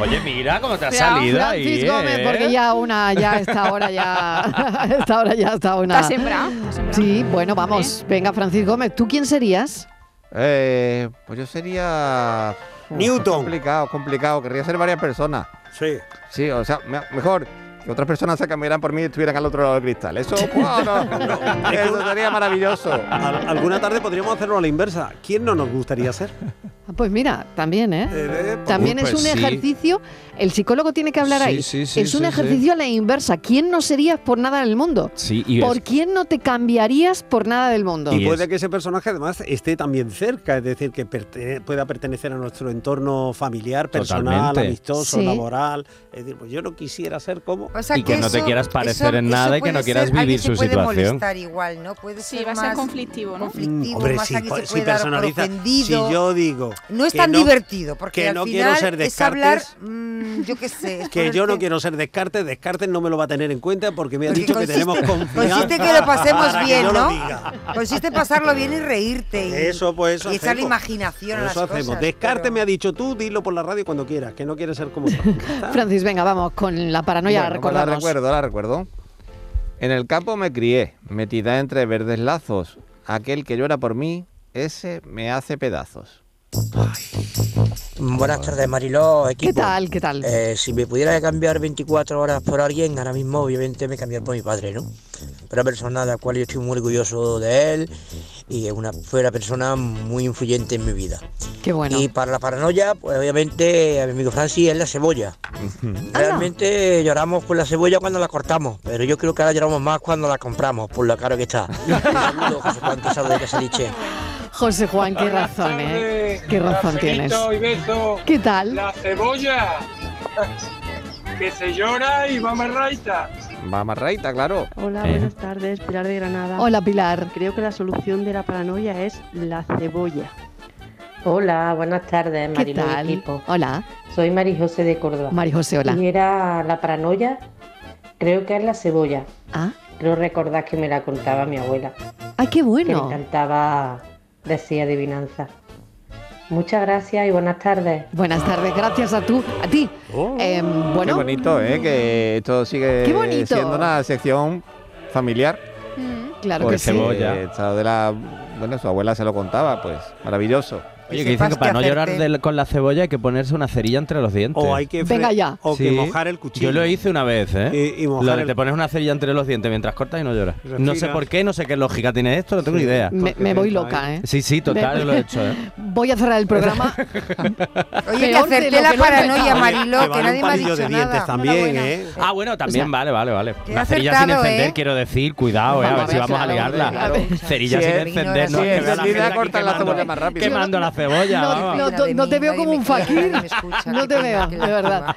S4: Oye, mira cómo te ha
S3: Fra-
S4: salido ahí.
S3: Francis Gómez,
S4: ¿eh?
S3: porque ya una, ya está ahora ya, está ahora ya está una.
S7: Está sembrado,
S3: Sí, bueno, vamos, venga Francis Gómez, ¿tú quién serías?
S34: Eh, pues yo sería.
S5: Newton.
S34: Complicado, complicado. Querría ser varias personas.
S5: Sí.
S34: Sí, o sea, me- mejor que otras personas se cambiaran por mí y estuvieran al otro lado del cristal. Eso, ¡guau! No, no, eso sería maravilloso.
S5: Al- alguna tarde podríamos hacerlo a la inversa. ¿Quién no nos gustaría ser?
S3: Ah, Pues mira, también, ¿eh?
S5: eh, pues-
S3: también
S5: Uy,
S3: es
S5: pues
S3: un
S5: sí.
S3: ejercicio, el psicólogo tiene que hablar
S4: Sí,
S3: ahí.
S4: sí, sí,
S3: es un
S4: sí,
S3: ejercicio a la inversa. ¿Quién no serías por nada del mundo?
S4: Sí, y
S3: ¿Por
S4: es-
S3: quién no te cambiarías por nada del mundo?
S5: Y puede que ese personaje además esté también cerca, es decir, que perte- pueda pertenecer a nuestro entorno familiar, personal,
S4: Totalmente.
S5: amistoso,
S4: Sí.
S5: laboral. Es decir, pues yo no quisiera ser como...
S4: Y que que no te eso- quieras parecer en nada y que no quieras vivir su
S6: Puede
S4: situación.
S6: molestar igual, ¿no? Puede
S7: Sí,
S6: ser
S7: va a ser
S6: más
S7: conflictivo, ¿no?
S6: conflictivo,
S5: Mm, Hombre,
S6: más
S5: si,
S6: alguien
S5: po-
S6: se
S5: si
S6: puede dar por
S5: personaliza, si
S6: ofendido.
S5: yo digo...
S6: No es
S5: que
S6: tan divertido, porque
S5: que
S6: al
S5: no
S6: final
S5: quiero ser
S6: es hablar,
S5: Descartes,
S6: mm, yo qué sé. es
S5: que yo
S6: ponerte-
S5: no quiero ser Descartes, Descartes no me lo va a tener en cuenta porque me ha
S6: Porque
S5: dicho que
S6: consiste-
S5: tenemos confianza.
S6: Consiste que lo
S5: para
S6: pasemos
S5: que
S6: bien,
S5: yo lo
S6: ¿no?
S5: diga.
S6: Consiste en pasarlo bien y reírte. y-
S5: Eso, pues eso
S6: Y echar la
S5: hacemos.
S6: imaginación a las
S5: Eso hacemos.
S6: cosas.
S5: Descartes me ha dicho tú, dilo por la radio cuando quieras, que no quieres ser como...
S3: Francis, venga, vamos con la paranoia,
S34: Bueno, pues
S3: recordamos.
S34: la recuerdo, la recuerdo. En el campo me crié, metida entre verdes lazos. Aquel que llora por mí, ese me hace pedazos.
S35: Mm, Buenas tardes, Mariló, equipo.
S3: ¿Qué tal? ¿Qué tal?
S35: Eh, si me pudiera cambiar 24 horas por alguien, ahora mismo obviamente me cambiaría por mi padre, ¿no? Una persona de la cual yo estoy muy orgulloso de él y es una, fue una persona muy influyente en mi vida.
S3: Qué bueno.
S35: Y para la paranoia, pues obviamente a mi amigo Francis es la cebolla. Realmente lloramos por la cebolla cuando la cortamos, pero yo creo que ahora lloramos más cuando la compramos, por lo caro que está. Un saludo, José Juan Quesada de Casaliche.
S3: José Juan, qué
S35: Buenas
S3: razón, ¿eh? Qué razón tienes.
S35: Cafelito
S22: y beso.
S3: ¿Qué tal?
S22: La cebolla. que se llora y va marraita.
S34: Va Marraita, claro.
S36: Hola,
S34: Eh.
S36: buenas tardes, Pilar de Granada.
S3: Hola, Pilar.
S36: Creo que la solución de la paranoia es la cebolla.
S8: Hola, buenas tardes, Marilu y
S3: tal?
S8: equipo.
S3: Hola.
S8: Soy Mari José de Córdoba.
S3: Mari José, hola.
S8: Y era la paranoia, creo que es la cebolla.
S3: Ah.
S8: Creo recordar que me la contaba mi abuela.
S3: Ay, qué
S8: Que
S3: bueno.
S8: me encantaba decir adivinanza. Muchas gracias y buenas tardes.
S3: Buenas tardes, gracias a tú, a ti.
S4: Oh,
S3: Em,
S34: Qué
S3: bueno,
S34: bonito, ¿eh? Que esto sigue
S3: Qué bonito.
S34: siendo una sección familiar.
S3: claro que
S4: Pues
S34: porque
S3: sí.
S34: esta Eh, de la, bueno, su abuela se lo contaba, pues maravilloso.
S4: Oye, que dicen que para no llorar del- con la cebolla hay que ponerse una cerilla entre los dientes.
S34: O hay que fre- Venga ya.
S5: o que mojar el
S4: Yo
S5: cuchillo.
S4: lo hice una vez, ¿eh?
S5: Y- y mojar
S4: lo de
S5: el-
S4: te pones una cerilla entre los dientes mientras cortas y no lloras. No sé
S5: Respiras.
S4: por qué, no sé qué lógica tiene esto, no tengo ni idea.
S3: Me, me voy loca, ¿eh?
S4: Sí, sí, total,
S3: Me-
S4: yo lo he hecho, ¿eh?
S3: Voy a cerrar el programa.
S6: Oye, que
S3: Peor de
S6: acerté
S3: lo
S6: la
S3: que lo he
S6: paranoia,
S3: empezado.
S6: Mariló, que nadie me ha dicho
S5: de
S6: nada.
S5: dientes también, ¿eh?
S4: Ah, bueno, también, vale, vale, vale. Una cerilla sin
S6: acertado,
S4: encender,
S6: ¿eh?
S4: quiero decir, cuidado, ¿eh? A
S34: Vamos
S4: ver si vamos a liarla. Cerilla
S34: Si
S4: sin
S34: es-
S4: encender, no.
S34: si
S4: que
S34: es
S4: vea la gente
S34: eh, encendida,
S4: aquí
S34: corta la
S4: quemando-
S34: cebolla más rápido.
S4: Quemando la cebolla,
S3: No,
S4: vamos.
S3: no, no, no te veo como un fakir. No te veo, de verdad.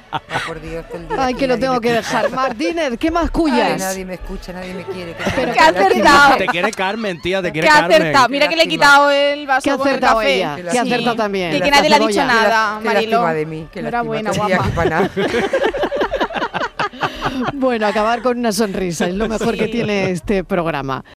S3: Ay, que lo tengo que dejar. Martínez, ¿qué más
S6: Ay,
S3: cuyas?
S6: nadie me escucha, nadie me quiere.
S3: Pero
S6: ha acertado.
S4: Te quiere Carmen, tía, te
S7: Que
S4: quiere
S7: ha
S4: Carmen.
S7: acertado. Mira que le he quitado el vaso
S3: Que ha
S7: con el
S3: acertado
S7: café.
S3: ella, que ha acertado también.
S7: Y
S3: La
S7: que nadie le ha dicho
S3: cebolla.
S7: nada,
S3: Qué
S7: Mariló.
S3: lástima de mí, qué
S7: Enhorabuena,
S3: lástima, tenía
S7: guapa.
S3: que Bueno, acabar con una sonrisa es lo mejor que tiene este programa.